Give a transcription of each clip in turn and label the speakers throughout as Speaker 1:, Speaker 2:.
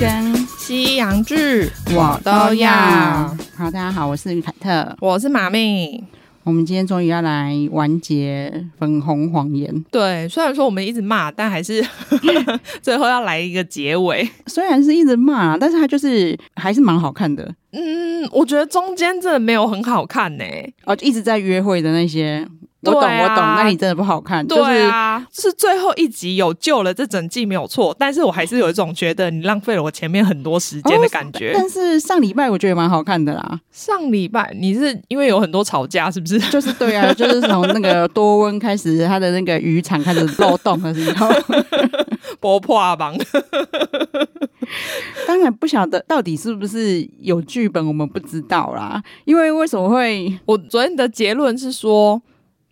Speaker 1: 跟
Speaker 2: 西洋剧
Speaker 1: 我
Speaker 2: 都要。
Speaker 1: 好，大家好，我是凯特。
Speaker 2: 我是马妹。
Speaker 1: 我们今天终于要来完结粉红谎言。
Speaker 2: 对，虽然说我们一直骂，但 还是最后要来一个结尾。
Speaker 1: 虽然是一直骂，但是它就是还是蛮好看的
Speaker 2: 嗯，我觉得中间真的没有很好看欸呢、
Speaker 1: 哦。就一直在约会的那些，我懂、
Speaker 2: 对啊
Speaker 1: 我懂，那你真的不好看。
Speaker 2: 对啊，是最后一集有救了这整季没有错，但是我还是有一种觉得你浪费了我前面很多时间的感
Speaker 1: 就
Speaker 2: 觉。
Speaker 1: 哦是，但是上礼拜我觉得蛮好看的啦。
Speaker 2: 上礼拜你是因为有很多吵架，是不 是？
Speaker 1: 就是对啊， 就是从那个多温开始，它的那个渔场开始漏洞的时候，
Speaker 2: 波破榜，
Speaker 1: 当然不晓得到底是不是有剧本，我们不知道啦。因为为什么会
Speaker 2: 我昨天的结论是说，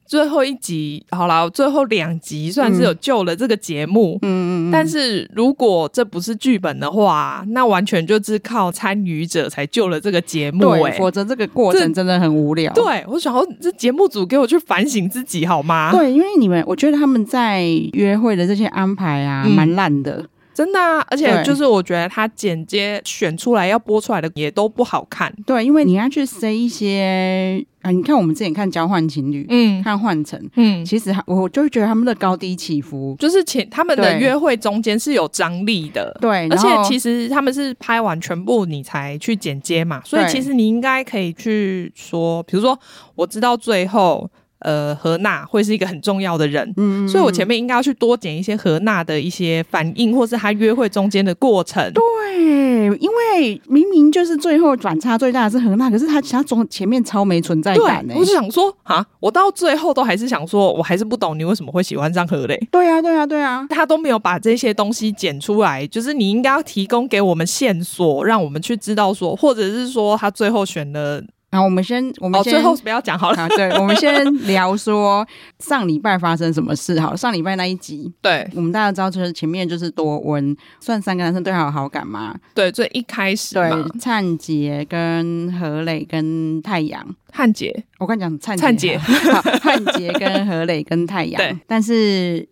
Speaker 2: 最后一集好了，最后两集算是有救了这个节目。嗯嗯。但是如果这不是剧本的话，那完全就是靠参与者才救了这个节目、欸。
Speaker 1: 对，否则这个过程真的很无聊。
Speaker 2: 对，我想要这节目组给我去反省自己好吗？
Speaker 1: 对，因为你们，我觉得他们在约会的这些安排啊，
Speaker 2: 嗯
Speaker 1: 蛮烂的。
Speaker 2: 真的啊，而且
Speaker 1: 对
Speaker 2: 就是我觉得他剪接选出来要播出来的也都不好看。
Speaker 1: 对，因为你要去塞一些啊，你看我们之前看交换情侣，
Speaker 2: 嗯
Speaker 1: 看换乘，
Speaker 2: 嗯，
Speaker 1: 其实我就会觉得他们的高低起伏。
Speaker 2: 就是前他们的
Speaker 1: 对
Speaker 2: 约会中间是有张力的。
Speaker 1: 对，
Speaker 2: 而
Speaker 1: 然
Speaker 2: 且
Speaker 1: 后
Speaker 2: 其实他们是拍完全部你才去剪接嘛，所以
Speaker 1: 对
Speaker 2: 其实你应该可以去说，比如说我知道最后呃何娜会是一个很重要的人，
Speaker 1: 嗯
Speaker 2: 所以我前面应该要去多剪一些何娜的一些反应，或是她约会中间的过程。
Speaker 1: 对，因为明明就是最后转差最大的是恒大，可是他他从前面超没存在感欸呢、
Speaker 2: 对，我就想说啊，我到最后都还是想说，我还是不懂你为什么会喜欢上何磊。
Speaker 1: 对啊，对啊，对啊，
Speaker 2: 他都没有把这些东西剪出来，就是你应该要提供给我们线索，让我们去知道说，或者是说他最后选了
Speaker 1: 然后我们先，我们
Speaker 2: 哦，
Speaker 1: 先、
Speaker 2: 最后不要讲好了，
Speaker 1: 啊，对，我们先聊说上礼拜发生什么事好了。上礼拜那一集，
Speaker 2: 对
Speaker 1: 我们大家知道，就是前面就是多温，算三个男生对他有好感嘛？
Speaker 2: 对，最一开始
Speaker 1: 对
Speaker 2: 嘛，，
Speaker 1: 灿杰跟何磊跟太阳。
Speaker 2: 汉杰，
Speaker 1: 我刚讲灿
Speaker 2: 灿杰
Speaker 1: 好，灿杰跟何磊跟太阳，
Speaker 2: 对，
Speaker 1: 但是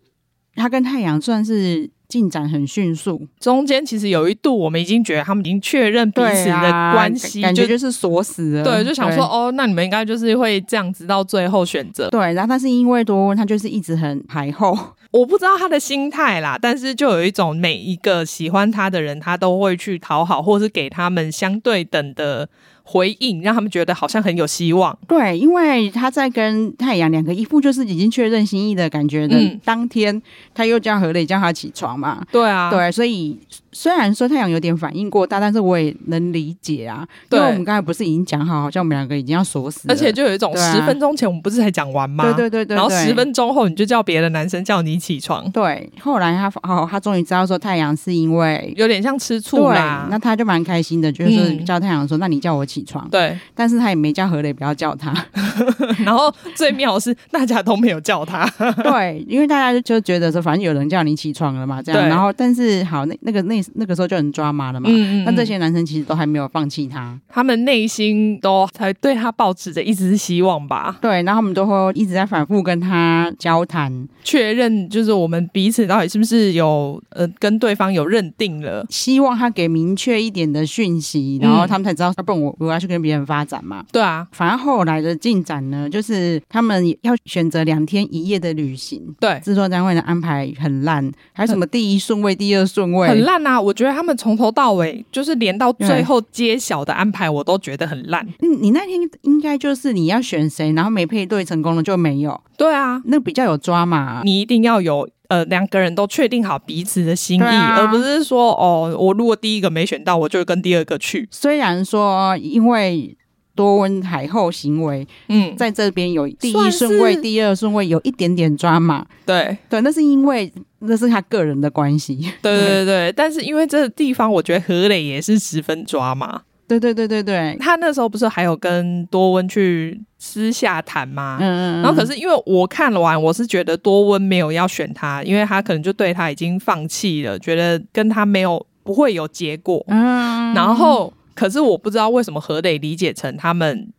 Speaker 1: 他跟太阳算是进展很迅速，
Speaker 2: 中间其实有一度我们已经觉得他们已经确认彼此
Speaker 1: 对
Speaker 2: 的
Speaker 1: 啊
Speaker 2: 关系，
Speaker 1: 感感
Speaker 2: 就
Speaker 1: 觉就是锁死了。
Speaker 2: 对，就想说哦，那你们应该就是会这样子到最后选择。
Speaker 1: 对。对，然后但是因为多温，他就是一直很排后，
Speaker 2: 我不知道他的心态啦，但是就有一种每一个喜欢他的人，他都会去讨好，或是给他们相对等的回应，让他们觉得好像很有希望。
Speaker 1: 对，因为他在跟太阳两个一副就是已经确认心意的感觉的、
Speaker 2: 嗯
Speaker 1: 当天，他又叫何磊叫他起床嘛。
Speaker 2: 对啊，
Speaker 1: 对，所以虽然说太阳有点反应过大，但是我也能理解啊，因为
Speaker 2: 对
Speaker 1: 我们刚才不是已经讲好，好像我们两个已经要锁死了，
Speaker 2: 而且就有一种
Speaker 1: 对啊
Speaker 2: 十分钟前我们不是才讲完吗？
Speaker 1: 对对对对，
Speaker 2: 然后
Speaker 1: 对
Speaker 2: 十分钟后你就叫别的男生叫你起床，
Speaker 1: 对，后来他哦，他终于知道说太阳是因为
Speaker 2: 有点像吃
Speaker 1: 对
Speaker 2: 醋，啦。
Speaker 1: 那他就蛮开心的，就是
Speaker 2: 嗯
Speaker 1: 叫太阳说，那你叫我起床，
Speaker 2: 对，
Speaker 1: 但是他也没叫何磊不要叫他，
Speaker 2: 然后最妙的是大家都没有叫他，
Speaker 1: 对，因为大家就觉得说，反正有人叫你起床了嘛，这样。
Speaker 2: 对
Speaker 1: 然后，但是好，那那个那那个时候就很抓马了嘛。
Speaker 2: 嗯
Speaker 1: 但这些男生其实都还没有放弃他，
Speaker 2: 他们内心都才对他抱持着一丝希望吧，
Speaker 1: 对，然后他们都会一直在反复跟他交谈，
Speaker 2: 确认就是我们彼此到底是不是有呃跟对方有认定了。
Speaker 1: 希望他给明确一点的讯息，然后他们才知道，要不然我我要去跟别人发展嘛。
Speaker 2: 对啊，
Speaker 1: 反正后来的进展呢，就是他们要选择两天一夜的旅行，
Speaker 2: 对，
Speaker 1: 制作单位的安排很烂，还有什么第一顺位、第二顺位，
Speaker 2: 很烂啊！我觉得他们从头到尾，就是连到最后揭晓的安排，我都觉得很烂。
Speaker 1: 嗯，你那天应该就是你要选谁，然后没配对成功了就没有，
Speaker 2: 对啊，
Speaker 1: 那比较有抓嘛。
Speaker 2: 你一定要有呃两个人都确定好彼此的心意，
Speaker 1: 对啊
Speaker 2: 而不是说哦，我如果第一个没选到，我就跟第二个去。
Speaker 1: 虽然说因为多温海后行为
Speaker 2: 嗯，
Speaker 1: 在这边有第一
Speaker 2: 算是
Speaker 1: 顺位、第二顺位有一点点抓嘛，
Speaker 2: 对，
Speaker 1: 对，那是因为那是他个人的关 系。
Speaker 2: 对对对，但是因为这个地方，我觉得何磊也是十分抓嘛。
Speaker 1: 对对对对对，
Speaker 2: 他那时候不是还有跟多温去私下谈吗？
Speaker 1: 嗯，嗯
Speaker 2: 然后可
Speaker 1: 是
Speaker 2: 是因为我看完，我是觉得多温没有要选他，因为他可能就对他已经放弃了，觉得跟他没有不会有结果。
Speaker 1: 嗯，
Speaker 2: 然后可是我不知道为什么何磊理解成他们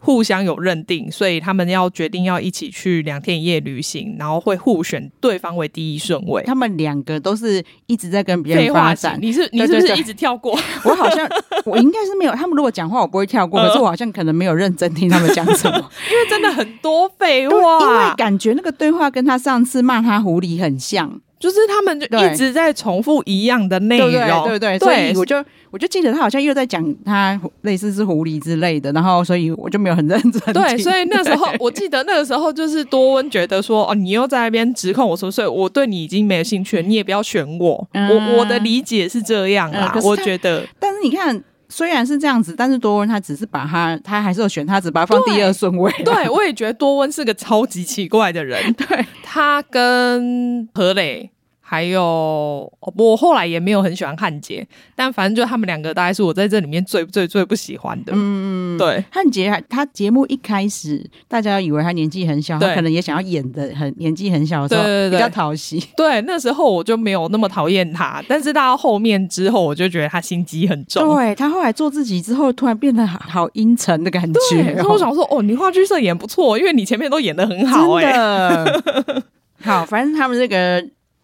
Speaker 2: 互相有认定，所以他们要决定要一起去两天一夜旅行，然后会互选对方为第一顺位。
Speaker 1: 他们两个都是一直在跟别
Speaker 2: 废
Speaker 1: 人
Speaker 2: 话
Speaker 1: 发
Speaker 2: 请
Speaker 1: 展。
Speaker 2: 你是你
Speaker 1: 对
Speaker 2: 是不
Speaker 1: 对
Speaker 2: 是
Speaker 1: 对
Speaker 2: 一直跳过？
Speaker 1: 我好像我应该是没有，他们如果讲话我不会跳
Speaker 2: 哦
Speaker 1: 过，可是我好像可能没有认真听他们讲什 么，
Speaker 2: 因为真的很多废
Speaker 1: 因为因为
Speaker 2: 话，
Speaker 1: 感觉那个对话跟他上次骂他狐狸很像，
Speaker 2: 就是他们就
Speaker 1: 对
Speaker 2: 一直在重复一样的内
Speaker 1: 对
Speaker 2: 容，
Speaker 1: 不对？对不对？所以我就我就记得他好像又在讲他类似是狐狸之类的，然后所以我就没有很认真听。
Speaker 2: 对， 所以那时候我记得那个时候就是多温觉得说，哦，你又在那边指控我说，所以我对你已经没有兴趣了，你也不要选我。
Speaker 1: 嗯
Speaker 2: 我我的理解是这样
Speaker 1: 嗯
Speaker 2: 啦，
Speaker 1: 可是他
Speaker 2: 我觉得
Speaker 1: 但是你看，虽然是这样子，但是多恩他只是把他，他还是有选他，只把他放第二顺位。啊
Speaker 2: 对，我也觉得多温是个超级奇怪的 人。
Speaker 1: 对，
Speaker 2: 他跟何磊还有哦我后来也没有很喜欢汉杰，但反正就他们两个大概是我在这里面最最最不喜欢的。嗯，对。
Speaker 1: 汉杰还他节目一开始，大家以为他年纪很小，
Speaker 2: 对
Speaker 1: 他可能也想要演的很年纪很小的时候
Speaker 2: 对对对
Speaker 1: 比较讨喜。
Speaker 2: 对，那时候我就没有那么讨厌他，但是到后面之后，我就觉得他心机很重。
Speaker 1: 对他后来做自己之后，突然变得好好阴沉的感觉、
Speaker 2: 对，所以
Speaker 1: 哦
Speaker 2: 我想说，哦，你话剧社演不错，因为你前面都演的很好、
Speaker 1: 真
Speaker 2: 哎，
Speaker 1: 的。好，反正他们这个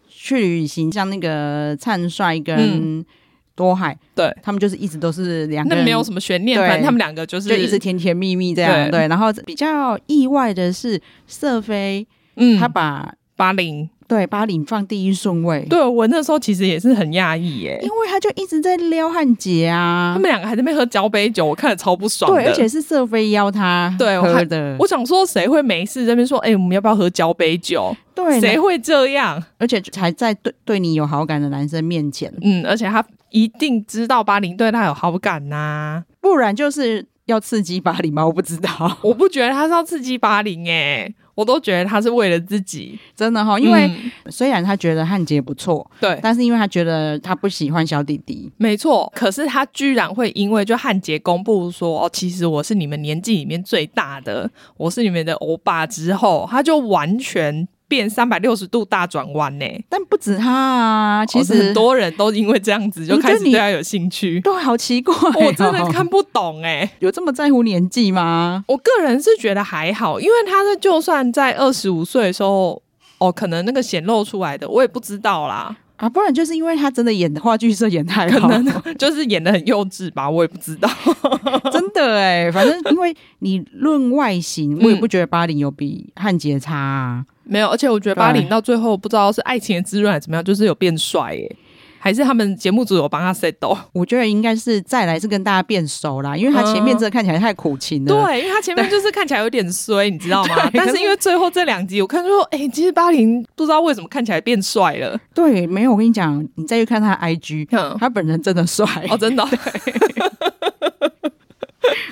Speaker 1: 去旅行，像那个灿帅跟
Speaker 2: 嗯
Speaker 1: 多海，
Speaker 2: 对，
Speaker 1: 他们就是一直都是两个
Speaker 2: 那
Speaker 1: 人，
Speaker 2: 没有什么悬念，
Speaker 1: 对
Speaker 2: 反正他们两个就是
Speaker 1: 就一直甜甜蜜蜜这样。
Speaker 2: 对
Speaker 1: 对，然后比较意外的是，瑟菲
Speaker 2: 嗯，
Speaker 1: 她
Speaker 2: 他
Speaker 1: 把
Speaker 2: 八零，
Speaker 1: 对巴林放第一顺位，
Speaker 2: 对我那时候其实也是很讶异、哎
Speaker 1: 因，为他就一直在撩汉杰
Speaker 2: 他
Speaker 1: 啊
Speaker 2: 们，两个还在那边喝交杯酒，我看了超不爽的。
Speaker 1: 对，而且是瑟菲邀他
Speaker 2: 对我
Speaker 1: 喝
Speaker 2: 还
Speaker 1: 的，
Speaker 2: 我想说，谁会没事在那边说，哎、我们要不要喝交杯酒？
Speaker 1: 对，
Speaker 2: 谁
Speaker 1: 那
Speaker 2: 会这样？
Speaker 1: 而且才在对对你有好感的男生面前，
Speaker 2: 嗯，而且他一定知道巴林对他有好感呐、
Speaker 1: 不然就是要刺激巴林吗？我不知道。
Speaker 2: 我不觉得他是要刺激巴林、哎，我都觉得他是为了自己，
Speaker 1: 真的哈、因为
Speaker 2: 嗯
Speaker 1: 虽然他觉得汉杰不错，
Speaker 2: 对，
Speaker 1: 但是因为他觉得他不喜欢小弟弟，
Speaker 2: 没错，可是他居然会因为就汉杰公布说哦，其实我是你们年纪里面最大的，我是你们的欧巴之后，他就完全变三百六十度大转弯呢。
Speaker 1: 但不止他啊，其实、
Speaker 2: 哦很多人都因为这样子就
Speaker 1: 我觉得
Speaker 2: 开始
Speaker 1: 你
Speaker 2: 对他有 兴趣，
Speaker 1: 对，好奇怪哦、
Speaker 2: 我真的看不懂哎。
Speaker 1: 有这么在乎年纪吗？
Speaker 2: 我个人是觉得还好，因为他是就算在二十五岁的时候，哦，可能那个显露出来的，我也不知道啦，
Speaker 1: 啊，不然就是因为他真的演话剧社演太
Speaker 2: 可
Speaker 1: 好，
Speaker 2: 能 就是演的很幼稚吧，我也不知道。
Speaker 1: 真的哎、反正因为你论外形，我也不觉得巴黎有比汉杰差、啊。
Speaker 2: 没有，而且我觉得
Speaker 1: 对
Speaker 2: 巴林到最后不知道是爱情的滋润还是怎么样，就是有变帅耶、还是他们节目组有帮他 settle？
Speaker 1: 我觉得应该是再来是跟大家变熟啦，因为他前面真的看起来太苦情了。
Speaker 2: 对，因为他前面就是看起来有点衰，你知道 吗？
Speaker 1: 对
Speaker 2: 但是因为最后这两集，我看说，哎、其实巴林不知道为什么看起来变帅 了，
Speaker 1: 对，没有，我跟你讲，你再去看他的 IG，
Speaker 2: 嗯，
Speaker 1: 他本人真的帅
Speaker 2: 哦，真的 哦、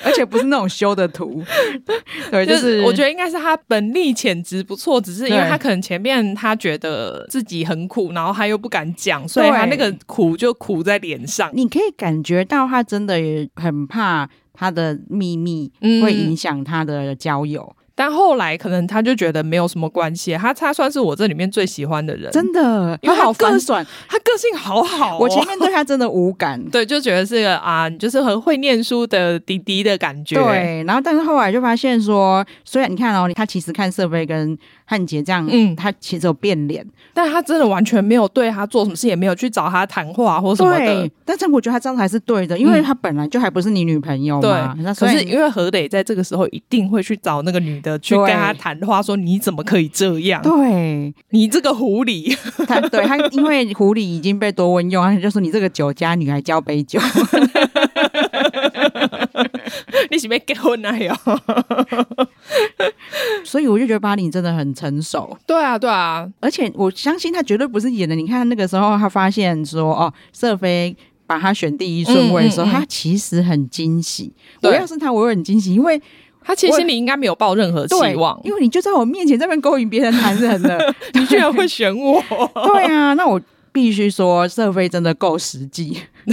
Speaker 1: 而且不是那种修的 图，对，
Speaker 2: 就
Speaker 1: 就是是
Speaker 2: 我觉得应该是他本力潜质不错，只是因为
Speaker 1: 对
Speaker 2: 他可能前面他觉得自己很苦，然后他又不敢讲，所以他那
Speaker 1: 对
Speaker 2: 个苦就苦在脸上
Speaker 1: 得。你可以感觉到他真的也很怕他的秘密
Speaker 2: 嗯
Speaker 1: 会影响他的交友，
Speaker 2: 但后来可能他就觉得没有什么关系，他他算是我这里面最喜欢的人，
Speaker 1: 真的，
Speaker 2: 因为
Speaker 1: 他好
Speaker 2: 他个
Speaker 1: 反转。
Speaker 2: 他个性好好哦、，
Speaker 1: 我前面对他真的无感
Speaker 2: 对就觉得是个啊，你就是很会念书的弟弟的感觉，，
Speaker 1: 对，然后但是后来就发现说，虽然你看哦，他其实看设备跟汉杰这样，
Speaker 2: 嗯
Speaker 1: 他其实有变脸，
Speaker 2: 但他真的完全没有对他做什么事，也没有去找他谈话或什么的
Speaker 1: 对。，但是我觉得他这样才是对的，因为他本来就还不是你女朋友嘛，那
Speaker 2: 嗯对，
Speaker 1: 所
Speaker 2: 可
Speaker 1: 以
Speaker 2: 是因为何磊在这个时候一定会去找那个女的去
Speaker 1: 对
Speaker 2: 跟他谈话，说你怎么可以这样？
Speaker 1: 对，
Speaker 2: 你这个狐狸！
Speaker 1: 他对他，因为狐狸已经被多温用，他就说你这个酒家女还交杯酒，
Speaker 2: 你是被结婚了哟？
Speaker 1: 所以我就觉得巴林真的很成熟，
Speaker 2: 对啊，对啊，
Speaker 1: 而且我相信他绝对不是演的。你看那个时候，他发现说哦，瑟菲把他选第一顺位的时候，
Speaker 2: 嗯嗯嗯
Speaker 1: 他其实很惊喜。
Speaker 2: 对
Speaker 1: 我要是他，我会很惊喜，因为
Speaker 2: 他其实
Speaker 1: 我
Speaker 2: 心里应该没有抱任何期
Speaker 1: 对
Speaker 2: 望，
Speaker 1: 因为你就在我面前这边勾引别人男人 了，
Speaker 2: 你居然会选我。
Speaker 1: 对啊，那我必须说，瑟菲真的够实际。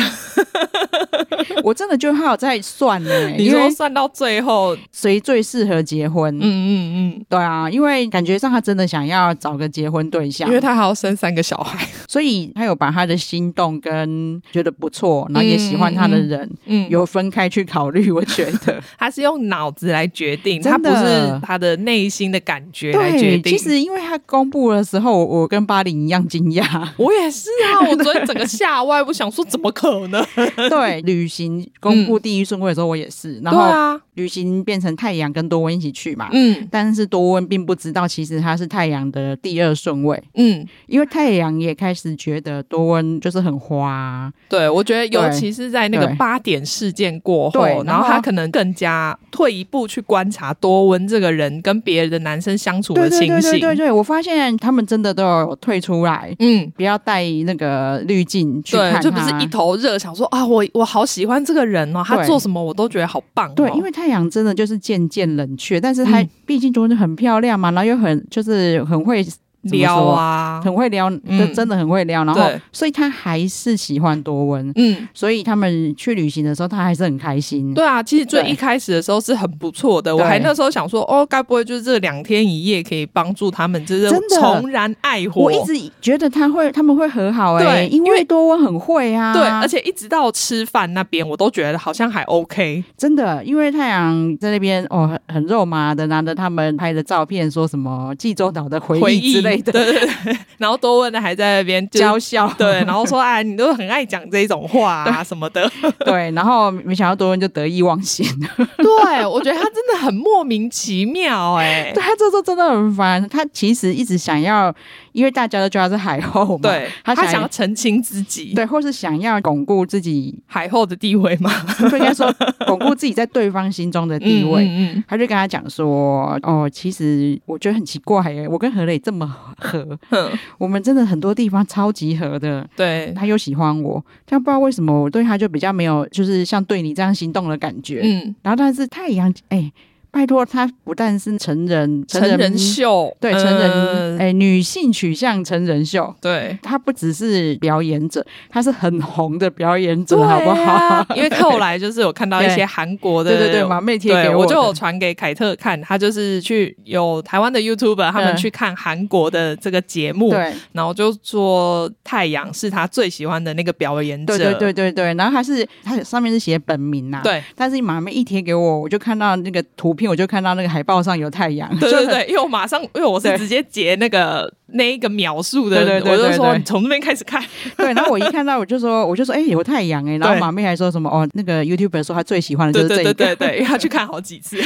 Speaker 1: 我真的就还有在算呢、
Speaker 2: 你
Speaker 1: 因为
Speaker 2: 说算到最后，嗯
Speaker 1: 谁最适合结婚？
Speaker 2: 嗯嗯，
Speaker 1: 对啊，因为感觉上他真的想要找个结婚对象，
Speaker 2: 因为他还要生三个小孩，
Speaker 1: 所以他有把他的心动跟觉得不错，然后也喜欢他的人、
Speaker 2: 嗯，
Speaker 1: 有分开去考虑。我觉得，
Speaker 2: 他是用脑子来决定，
Speaker 1: 真
Speaker 2: 他不
Speaker 1: 的
Speaker 2: 是他的内心的感觉来决
Speaker 1: 对，其
Speaker 2: 定。
Speaker 1: 实因为他公布的时候，我我跟巴林一样惊讶。
Speaker 2: 我也是啊，我昨天整个吓歪，我想说怎么可能？
Speaker 1: 对，旅行公布第一顺位的时候，我也是。 然
Speaker 2: 对
Speaker 1: 后
Speaker 2: 啊，
Speaker 1: 旅行变成太阳跟多温一起去嘛，
Speaker 2: 嗯
Speaker 1: 但是多温并不知道，其实他是太阳的第二顺位，
Speaker 2: 嗯，
Speaker 1: 因为太阳也开始觉得多温就是很花啊、
Speaker 2: 对，我觉得尤
Speaker 1: 对
Speaker 2: 其是在那个
Speaker 1: 对
Speaker 2: 八点事件过
Speaker 1: 对
Speaker 2: 后，
Speaker 1: 然
Speaker 2: 然
Speaker 1: 后
Speaker 2: 后他可能更加退一步去观察多温这个人跟别的男生相处
Speaker 1: 对
Speaker 2: 的
Speaker 1: 对
Speaker 2: 情
Speaker 1: 对对对
Speaker 2: 形。
Speaker 1: 对，我发现他们真的都有退出来，
Speaker 2: 嗯，
Speaker 1: 不要带那个滤镜去看
Speaker 2: 对，
Speaker 1: 他，
Speaker 2: 就不是一头热，想说啊，我我好喜欢这个人哦，他
Speaker 1: 对
Speaker 2: 做什么我都觉得好棒、哦。
Speaker 1: 对，因为太阳真的就是渐渐冷却，但是她
Speaker 2: 嗯
Speaker 1: 毕竟昨天很漂亮嘛，然后又很就是很会怎么说
Speaker 2: 撩啊，
Speaker 1: 很会撩，
Speaker 2: 嗯
Speaker 1: 就真的很会撩，然后
Speaker 2: 对
Speaker 1: 所以她还是喜欢多温，
Speaker 2: 嗯，
Speaker 1: 所以他们去旅行的时候，她还是很开心。
Speaker 2: 对啊，其实最
Speaker 1: 嗯对
Speaker 2: 一开始的时候是很不错的，我
Speaker 1: 对
Speaker 2: 还那时候想说，哦，该不会就是这两天一夜可以帮助他们，就是
Speaker 1: 真的
Speaker 2: 重燃爱火？
Speaker 1: 我一直觉得他会，他们会和好哎、
Speaker 2: 对
Speaker 1: 因
Speaker 2: 因
Speaker 1: 为
Speaker 2: 为
Speaker 1: 多温很会啊，
Speaker 2: 对，而且一直到吃饭那边，我都觉得好像还 OK。
Speaker 1: 真的，因为太阳在那边哦，很很肉麻的拿着他们拍的照片，说什么济州岛的回
Speaker 2: 回
Speaker 1: 忆
Speaker 2: 忆
Speaker 1: 之类的，
Speaker 2: 对对对。然后多问的还在那边 就是
Speaker 1: 娇笑，
Speaker 2: 对，然后 说哎，你都很爱讲这种话啊什么的。
Speaker 1: 对，然后没想到多恩就得意忘形了，
Speaker 2: 对，我觉得他真的很莫名其 妙哎、
Speaker 1: 对他这时候真的很烦，他其实一直想要，因为大家都觉得他是海后嘛，
Speaker 2: 对
Speaker 1: 他
Speaker 2: 他
Speaker 1: 想
Speaker 2: 想要澄清自己
Speaker 1: 对，或是想要巩固自己，
Speaker 2: 海后的地位嘛
Speaker 1: 就应该说巩固自己在对方心中的 地位。
Speaker 2: 嗯嗯嗯
Speaker 1: 他就跟他讲说：“哦，其实我觉得很奇怪耶，我跟何磊这么合，
Speaker 2: 哼
Speaker 1: 我们真的很多地方超级合的。
Speaker 2: 对，
Speaker 1: 他又喜欢我，但不知道为什么我对他就比较没有，就是像对你这样心动的感觉。
Speaker 2: 嗯，
Speaker 1: 然后但是太阳，哎、拜托，他不但是成人
Speaker 2: 成人秀，
Speaker 1: 对成人
Speaker 2: 呃
Speaker 1: 哎、女性取向成人秀，
Speaker 2: 对。
Speaker 1: 他不只是表演者，他是很红的表演者，
Speaker 2: 啊
Speaker 1: 好不 好？
Speaker 2: 因为后来就是有看到一些韩国的，
Speaker 1: 对对对，马妹贴给
Speaker 2: 对我就有
Speaker 1: 的
Speaker 2: 传给凯特看，他就是去有台湾的 YouTuber 他们
Speaker 1: 嗯
Speaker 2: 去看韩国的这个节目，
Speaker 1: 对
Speaker 2: 然后就说太阳是他最喜欢的那个表演者，
Speaker 1: 对对对对对，然后他是他上面是写本名呐、啊
Speaker 2: 对。对
Speaker 1: 但是马妹一贴给我，我就看到那个图片，我就看到那个海报上有太阳，
Speaker 2: 对
Speaker 1: 就
Speaker 2: 对
Speaker 1: 很
Speaker 2: 对，因为我马上，因为我
Speaker 1: 对
Speaker 2: 是直接截那个那一个描述的，
Speaker 1: 对对对对
Speaker 2: 我就说
Speaker 1: 对
Speaker 2: 你从那边开始看，
Speaker 1: 对，然后我一看到我就说，我就说，哎、有太阳哎、然后马妹还说什么哦，那个 YouTuber 说他最喜欢的就是
Speaker 2: 对
Speaker 1: 这
Speaker 2: 对
Speaker 1: 一个，
Speaker 2: 对对对，因为他去看好 几次，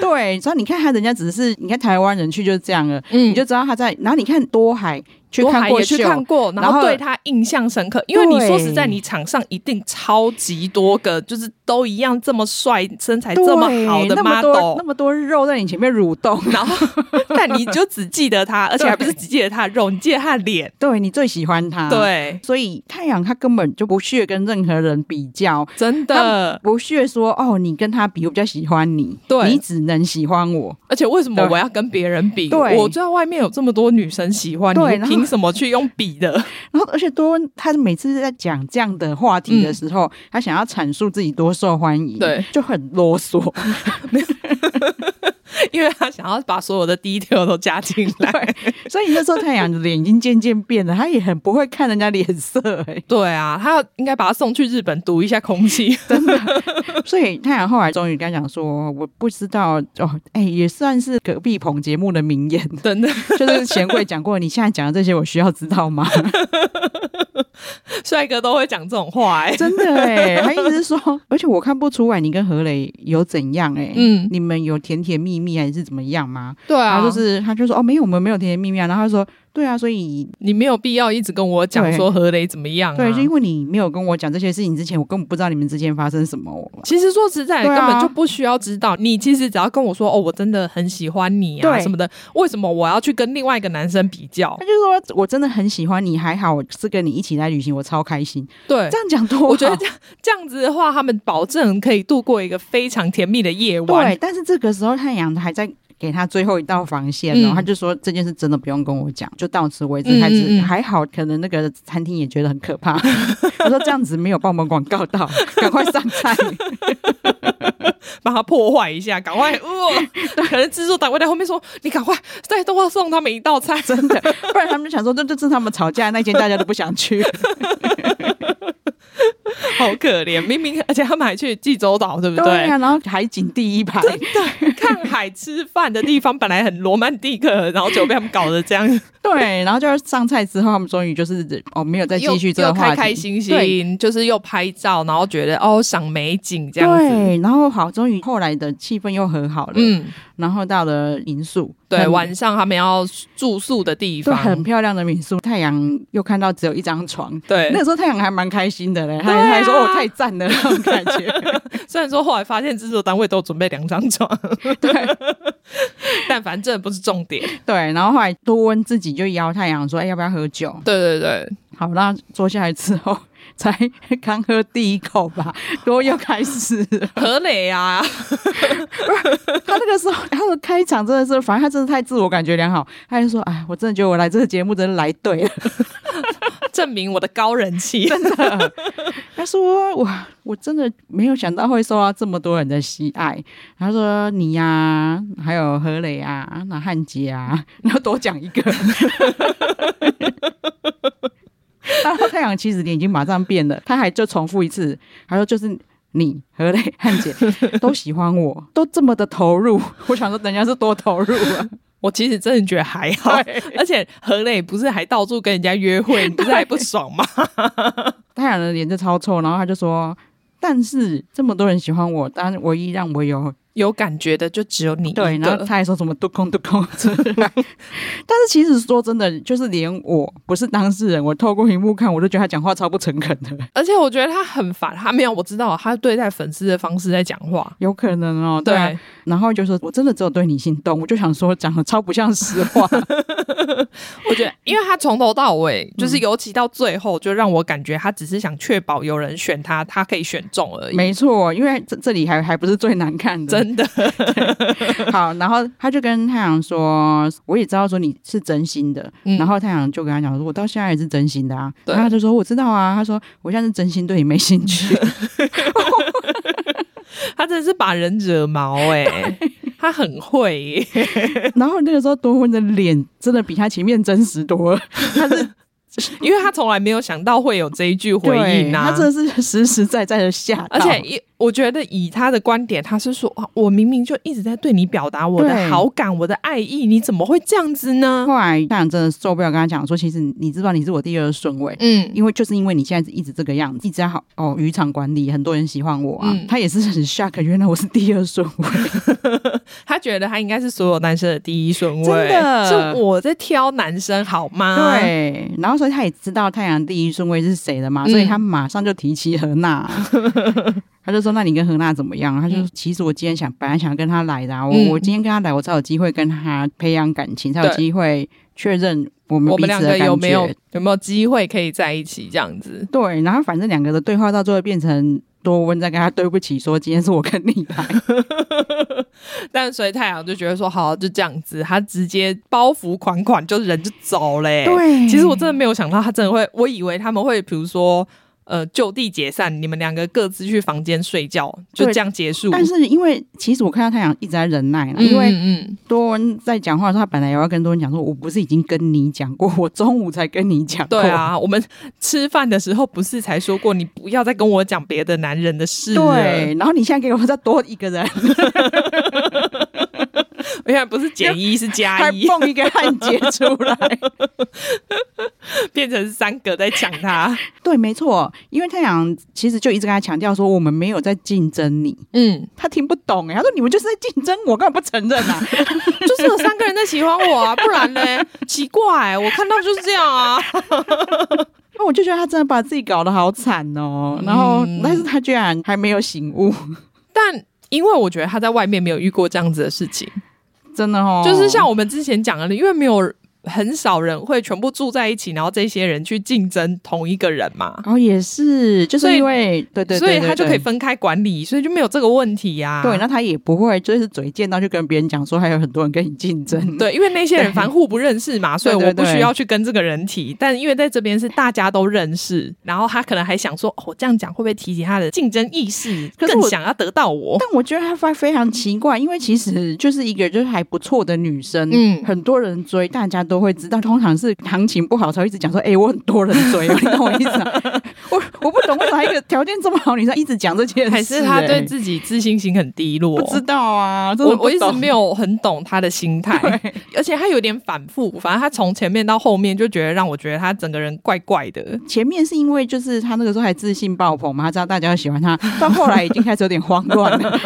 Speaker 1: 对，所以你看他人家只是你看台湾人去就是这样了，
Speaker 2: 嗯
Speaker 1: 你就知道他在，然后你看多海去
Speaker 2: 我
Speaker 1: 看过
Speaker 2: 也去
Speaker 1: 秀，
Speaker 2: 看过，然
Speaker 1: 然后
Speaker 2: 后对他印象深刻。因为
Speaker 1: 对
Speaker 2: 你说实在，你场上一定超级多个，就是都一样这么帅、身材
Speaker 1: 对
Speaker 2: 这么好的
Speaker 1: 那哎么多
Speaker 2: model，
Speaker 1: 那么多肉在你前面蠕动，
Speaker 2: 然后 但你就只记得他，而且还不是只记得他的肉，你记得他的脸。
Speaker 1: 对你最喜欢他，，
Speaker 2: 对，
Speaker 1: 所以太阳他根本就不屑跟任何人比较。
Speaker 2: 真
Speaker 1: 他
Speaker 2: 的。
Speaker 1: 不屑说哦，你跟他比，我比较喜欢你，
Speaker 2: 对
Speaker 1: 你只能喜欢我，
Speaker 2: 而且为什么
Speaker 1: 对
Speaker 2: 我要跟别人比？
Speaker 1: 对
Speaker 2: 我知道外面有这么多女生喜欢
Speaker 1: 对
Speaker 2: 你，
Speaker 1: 然后
Speaker 2: 凭什么去用比的？
Speaker 1: 然后，而且多恩他每次在讲这样的话题的时候，他想要阐述自己多受欢迎，
Speaker 2: 对，
Speaker 1: 就很啰嗦。
Speaker 2: 因为他想要把所有的 detail 都加进来。
Speaker 1: 所以那时候太阳的脸已经渐渐变了，他也很不会看人家脸色、 欸，
Speaker 2: 对啊，他应该把他送去日本读一下空 气。
Speaker 1: 所以太阳后来终于跟他讲说：“我不知道哦，哎、也算是隔壁棚节目的名言，
Speaker 2: 真的，
Speaker 1: 就是贤贵讲过，你现在讲的这些，我需要知道吗？
Speaker 2: 帅哥都会讲这种话、 欸，
Speaker 1: 真的哎、他一直说，而且我看不出来你跟何磊有怎样哎、
Speaker 2: 嗯
Speaker 1: 你们有甜甜蜜蜜还是怎么样吗？
Speaker 2: 对
Speaker 1: 然
Speaker 2: 啊，
Speaker 1: 后就是他就说哦，没有，我们没有甜甜蜜蜜啊。然后他就说对啊，所以
Speaker 2: 你没有必要一直跟我讲说何雷怎么样、啊。
Speaker 1: 对，就因为你没有跟我讲这些事情之前，我根本不知道你们之间发生什么。
Speaker 2: 其实说实在，
Speaker 1: 对啊
Speaker 2: 根本就不需要知道。你其实只要跟我说哦，我真的很喜欢你啊
Speaker 1: 对
Speaker 2: 什么的，为什么我要去跟另外一个男生比较
Speaker 1: 他？就说我真的很喜欢你，还好我是跟你一起来旅行，我超开心。
Speaker 2: 对
Speaker 1: 这，样讲多好，
Speaker 2: 我觉得这样这样子的话，他们保证可以度过一个非常甜蜜的夜晚
Speaker 1: 对。。但是这个时候太阳还在。给他最后一道防线哦，然后
Speaker 2: 嗯
Speaker 1: 他就说这件事真的不用跟我讲，就到此为止。
Speaker 2: 嗯
Speaker 1: 还是
Speaker 2: 嗯嗯
Speaker 1: 还好，可能那个餐厅也觉得很 可怕。我说这样子没有帮我们广告到，赶快上菜。
Speaker 2: 把它破坏一下，赶 快！哦，可能制作单位在后面说：“你赶快再多送他们一道菜。”
Speaker 1: 真的，不然他们就想说，这这是他们吵架那间，大家都不想去。
Speaker 2: 好可怜，明明而且他们还去济州岛，对不啊
Speaker 1: 对呀、然后海景第一排，
Speaker 2: 对， 看海吃饭的地方本来很罗曼蒂克，然后就被他们搞得这 样，
Speaker 1: 对，然后就是上菜之后，他们终于就是哦，没有再继续这
Speaker 2: 又
Speaker 1: 个话
Speaker 2: 开
Speaker 1: 题，
Speaker 2: 开心
Speaker 1: 对
Speaker 2: 心，就是又拍照，然后觉得哦赏美景这样子，
Speaker 1: 对，然后好，终于后来的气氛又和好了。
Speaker 2: 嗯，
Speaker 1: 然后到了民宿，
Speaker 2: 对，
Speaker 1: 很
Speaker 2: 晚上他们要住宿的地
Speaker 1: 对
Speaker 2: 方，
Speaker 1: 很漂亮的民宿，太阳又看到只有一张床。
Speaker 2: 对
Speaker 1: 那个时候太阳还蛮开心的嘞，他
Speaker 2: 对啊
Speaker 1: 他还说哦太赞了那种感觉，
Speaker 2: 虽然说后来发现制作单位都准备两张床，
Speaker 1: 对
Speaker 2: 但反正这不是重点。
Speaker 1: 对。然后后来多温自己就邀太阳说，哎要不要喝酒？
Speaker 2: 对对对，
Speaker 1: 好，那坐下来之后，才刚喝第一口吧， 多又开始了。
Speaker 2: 何磊啊，
Speaker 1: 他那个时候，他的开场真的是，反正他真的太自我感觉良好，他就说：“哎，我真的觉得我来这个节目真的来对了。”
Speaker 2: 证明我的高人气。
Speaker 1: 他说：“我我真的没有想到会受到这么多人的喜爱。”他说：“你呀、还有何磊啊，那汉杰啊， 然后多讲一个。”然后太阳其实脸已经马上变了，他还就重复一次，他说：“就是你何磊汉杰都喜欢我，都这么的投入。” 我想说，人家是多投入啊，
Speaker 2: 我其实真的觉得还好，而且何磊不是还到处跟人家约会，你不是还不爽吗？
Speaker 1: 太阳的脸就超臭，然后他就说：“但是这么多人喜欢我，当然唯一让我有
Speaker 2: 有感觉的就只有你 一
Speaker 1: 对，然后
Speaker 2: 个。
Speaker 1: 他还说什么嘟空嘟空之类。 但是其实说真的，就是连我不是当事人，我透过荧幕看，我都觉得他讲话超不诚恳的。
Speaker 2: 而且我觉得他很烦，他没有我知道啊他对待粉丝的方式在讲话。
Speaker 1: 有可能哦，对啊、
Speaker 2: 对
Speaker 1: 然后就说，我真的只有对你心动，我就想说，讲的超不像实话。
Speaker 2: 我觉得，因为他从头到尾，就是尤其到最后，就让我感觉他只是想确保有人选他，他可以选中而已。
Speaker 1: 没错，因为这这里还还不是最难看的，
Speaker 2: 真的，
Speaker 1: 好，然后他就跟太阳说：“我也知道说你是真心的。
Speaker 2: 嗯
Speaker 1: 然后太阳就跟他讲说：“我到现在也是真心的啊。”
Speaker 2: 对
Speaker 1: 然后他就说：“我知道啊。”他说：“我现在是真心对你没兴趣。
Speaker 2: 他真的是把人惹毛哎、他很会耶、”
Speaker 1: 然后那个时候多温的脸真的比他前面真实多了，他是
Speaker 2: 因为他从来没有想到会有这一 句回应啊。
Speaker 1: 他真的是 实实在在的 吓到，
Speaker 2: 而且一，我觉得以他的观点，他是说，啊我明明就一直在对你表达我的
Speaker 1: 对
Speaker 2: 好感、我的爱意，你怎么会这样子呢？
Speaker 1: 后来太阳真的受不了，跟他讲说：“其实你知道你是我第二顺位。”
Speaker 2: 嗯，
Speaker 1: 因为就是因为你现在一直这个样子，一直在好哦渔场管理，很多人喜欢我啊，
Speaker 2: 嗯
Speaker 1: 他也是很 shock，原来我是第二顺位。
Speaker 2: 他觉得他应该是所有男生的第一顺位，
Speaker 1: 真的
Speaker 2: 是我在挑男生好吗？，
Speaker 1: 对，然后所以他也知道太阳第一顺位是谁了嘛，
Speaker 2: 嗯
Speaker 1: 所以他马上就提起何娜， 他就说：“那你跟何娜怎么样？”他就说：“其实我今天想，本来想跟他来的、啊，我、
Speaker 2: 嗯
Speaker 1: 我今天跟他来，我才有机会跟他培养感情，才有
Speaker 2: 对
Speaker 1: 机会确认我们
Speaker 2: 我
Speaker 1: 彼
Speaker 2: 们
Speaker 1: 此
Speaker 2: 两
Speaker 1: 的
Speaker 2: 个
Speaker 1: 感
Speaker 2: 有没有
Speaker 1: 觉。
Speaker 2: 有没有机会可以在一起这样子？”
Speaker 1: 对，然后反正两个的对话到最后变成多温在跟他对不起，说：“今天是我跟你 来。
Speaker 2: 但所以太阳就觉得说，好，就这样子，他直接包袱款款，就人就走欸嘞、
Speaker 1: 对
Speaker 2: 其实我真的没有想到，他真的会，我以为他们会，比如说。呃，就地解散，你们两个各自去房间睡觉，就
Speaker 1: 对
Speaker 2: 这样结束。
Speaker 1: 但是因为其实我看到太阳一直在忍耐啦，因为
Speaker 2: 嗯嗯
Speaker 1: 多恩在讲话的时候，他本来也要跟多恩讲说，我不是已经跟你讲过，我中午才跟你讲过。
Speaker 2: 对，啊，我们吃饭的时候不是才说过，你不要再跟我讲别的男人的事
Speaker 1: 啊
Speaker 2: 了。
Speaker 1: 对。然后你现在给我再多一个人，
Speaker 2: 原来不是减一，是加
Speaker 1: 还
Speaker 2: 一，
Speaker 1: 蹦一个汉杰出 来。
Speaker 2: 变成是三个在抢 他。
Speaker 1: 对，没错，因为太阳其实就一直跟他强调说，我们没有在竞争你。
Speaker 2: 嗯，
Speaker 1: 他听不懂哎、他说你们就是在竞争我，根本不承认 啊！
Speaker 2: 就是有三个人在喜欢我啊，不然呢？奇怪、我看到就是这样啊。
Speaker 1: 那我就觉得他真的把自己搞得好惨哦、然后，但是他居然还没有醒悟，
Speaker 2: 但因为我觉得他在外面没有遇过这样子的事情，
Speaker 1: 真的哦，
Speaker 2: 就是像我们之前讲的，因为没有很少人会全部住在一起，然后这些人去竞争同一个人嘛，
Speaker 1: 哦，也是，就是
Speaker 2: 所以
Speaker 1: 因为对对对
Speaker 2: 所以
Speaker 1: 对
Speaker 2: 他就可
Speaker 1: 对
Speaker 2: 以分开管理，所以就没有这个问题啊呀、
Speaker 1: 对，那他也不会就是嘴贱到去跟别人讲说还有很多人跟你竞争，
Speaker 2: 对，因为那些人反正互不认识嘛，所以
Speaker 1: 对对
Speaker 2: 我不
Speaker 1: 对
Speaker 2: 需要去跟这个人提。但因为在这边是大家都认识，然后他可能还想说，哦，我这样讲会不会提起他的竞争意识，
Speaker 1: 可是
Speaker 2: 更
Speaker 1: 我
Speaker 2: 想要得到我？
Speaker 1: 但我觉得她非非常奇怪，因为其实就是一个就是还不错的女生，
Speaker 2: 嗯
Speaker 1: 很多人追，大家都会知道。通常是行情不好才会一直讲说，哎、我很多人追哦，你懂我意思 吗？我我不懂为啥一个条件这么好的女生一直讲这件事、
Speaker 2: 还是他对
Speaker 1: 哎
Speaker 2: 自己自信心很低落
Speaker 1: 不？知道啊？
Speaker 2: 我我一直没
Speaker 1: 有
Speaker 2: 有很懂他的心态，而且他有点反复，反正他从前面到后面就觉得让我觉得他整个人怪怪的。
Speaker 1: 前面是因为就是她那个时候还自信爆棚嘛，她知道大家都喜欢她，到后来已经开始有点慌乱了。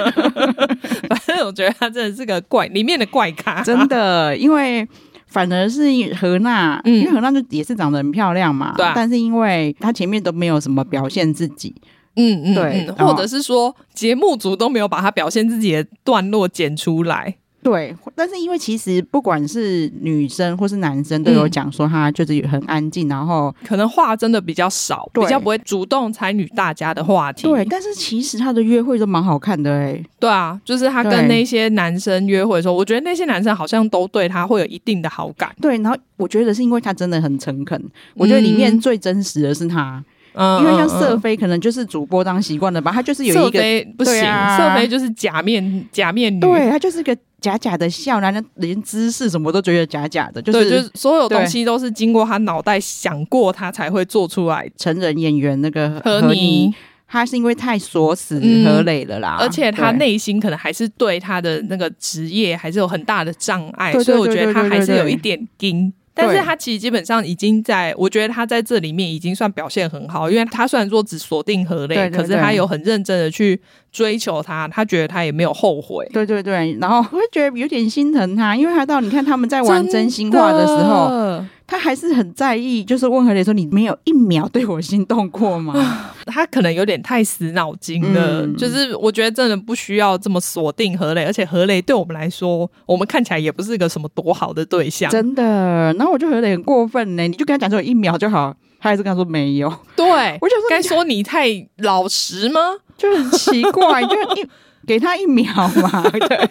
Speaker 2: 反正我觉得他真的是个怪里面的怪咖，
Speaker 1: 真的，因为。反而是何娜，
Speaker 2: 嗯
Speaker 1: 因为何娜就也是长得很漂亮嘛，
Speaker 2: 对啊
Speaker 1: 但是因为她前面都没有什么表现自己，
Speaker 2: 嗯嗯
Speaker 1: 对
Speaker 2: 嗯
Speaker 1: 然后
Speaker 2: 或者是说节目组都没有把他表现自己的段落剪出来，
Speaker 1: 对。但是因为其实不管是女生或是男生都有
Speaker 2: 嗯
Speaker 1: 讲说她就是很安静，然后
Speaker 2: 可能话真的比较少，
Speaker 1: 对
Speaker 2: 比较不会主动参与大家的话题。
Speaker 1: 对，但是其实她的约会都蛮好看的哎、
Speaker 2: 对啊，就是他
Speaker 1: 对
Speaker 2: 跟那些男生约会的时候，我觉得那些男生好像都对他会有一定的好感。
Speaker 1: 对，然后我觉得是因为她真的很诚恳，我觉得里面最真实的是她，
Speaker 2: 嗯，
Speaker 1: 因为像
Speaker 2: 嗯
Speaker 1: 瑟。菲可能就是主播当习惯了吧，她就是有
Speaker 2: 瑟
Speaker 1: 一个
Speaker 2: 菲不行，
Speaker 1: 对啊
Speaker 2: 瑟菲就是假面假面女，
Speaker 1: 对他就是个假假的笑，然后连姿势什么都觉得假假的，就
Speaker 2: 对，就是是所有
Speaker 1: 对
Speaker 2: 东西都是经过他脑袋想过，他才会做出来。
Speaker 1: 成人演员那个
Speaker 2: 和
Speaker 1: 何
Speaker 2: 你，
Speaker 1: 妮，他是因为太锁死
Speaker 2: 嗯
Speaker 1: 何磊了啦，
Speaker 2: 而且他
Speaker 1: 啊对
Speaker 2: 内心可能还是对他的那个职业还是有很大的障碍，
Speaker 1: 对对
Speaker 2: 所以我
Speaker 1: 对
Speaker 2: 觉得
Speaker 1: 对
Speaker 2: 他
Speaker 1: 对
Speaker 2: 还是
Speaker 1: 对
Speaker 2: 有一点惊。但是他其实基本上已经在，我觉得他在这里面已经算表现很好，因为他虽然说只锁定
Speaker 1: 对
Speaker 2: 何磊，
Speaker 1: 对
Speaker 2: 可是
Speaker 1: 对
Speaker 2: 他有很认真的去追求他，他觉得他也没有后悔。
Speaker 1: 对对对，然后我会觉得有点心疼他，因为他到你看他们在玩真心话的
Speaker 2: 的
Speaker 1: 时 候，，他还是很在意，就是问何磊说：“你没有一秒对我心动过 吗
Speaker 2: 他可能有点太死脑筋了，
Speaker 1: 嗯
Speaker 2: 就是我觉得真的不需要这么锁定何磊，而且何磊对我们来说，我们看起来也不是个什么多好的对？”象。
Speaker 1: 真的，然后我就何磊很过分呢，你就跟他讲说一秒就好，他还是跟他说没 有，
Speaker 2: 对，
Speaker 1: 我想说
Speaker 2: 该说你太老实吗？
Speaker 1: 就很奇 怪，就一给他一秒嘛，对。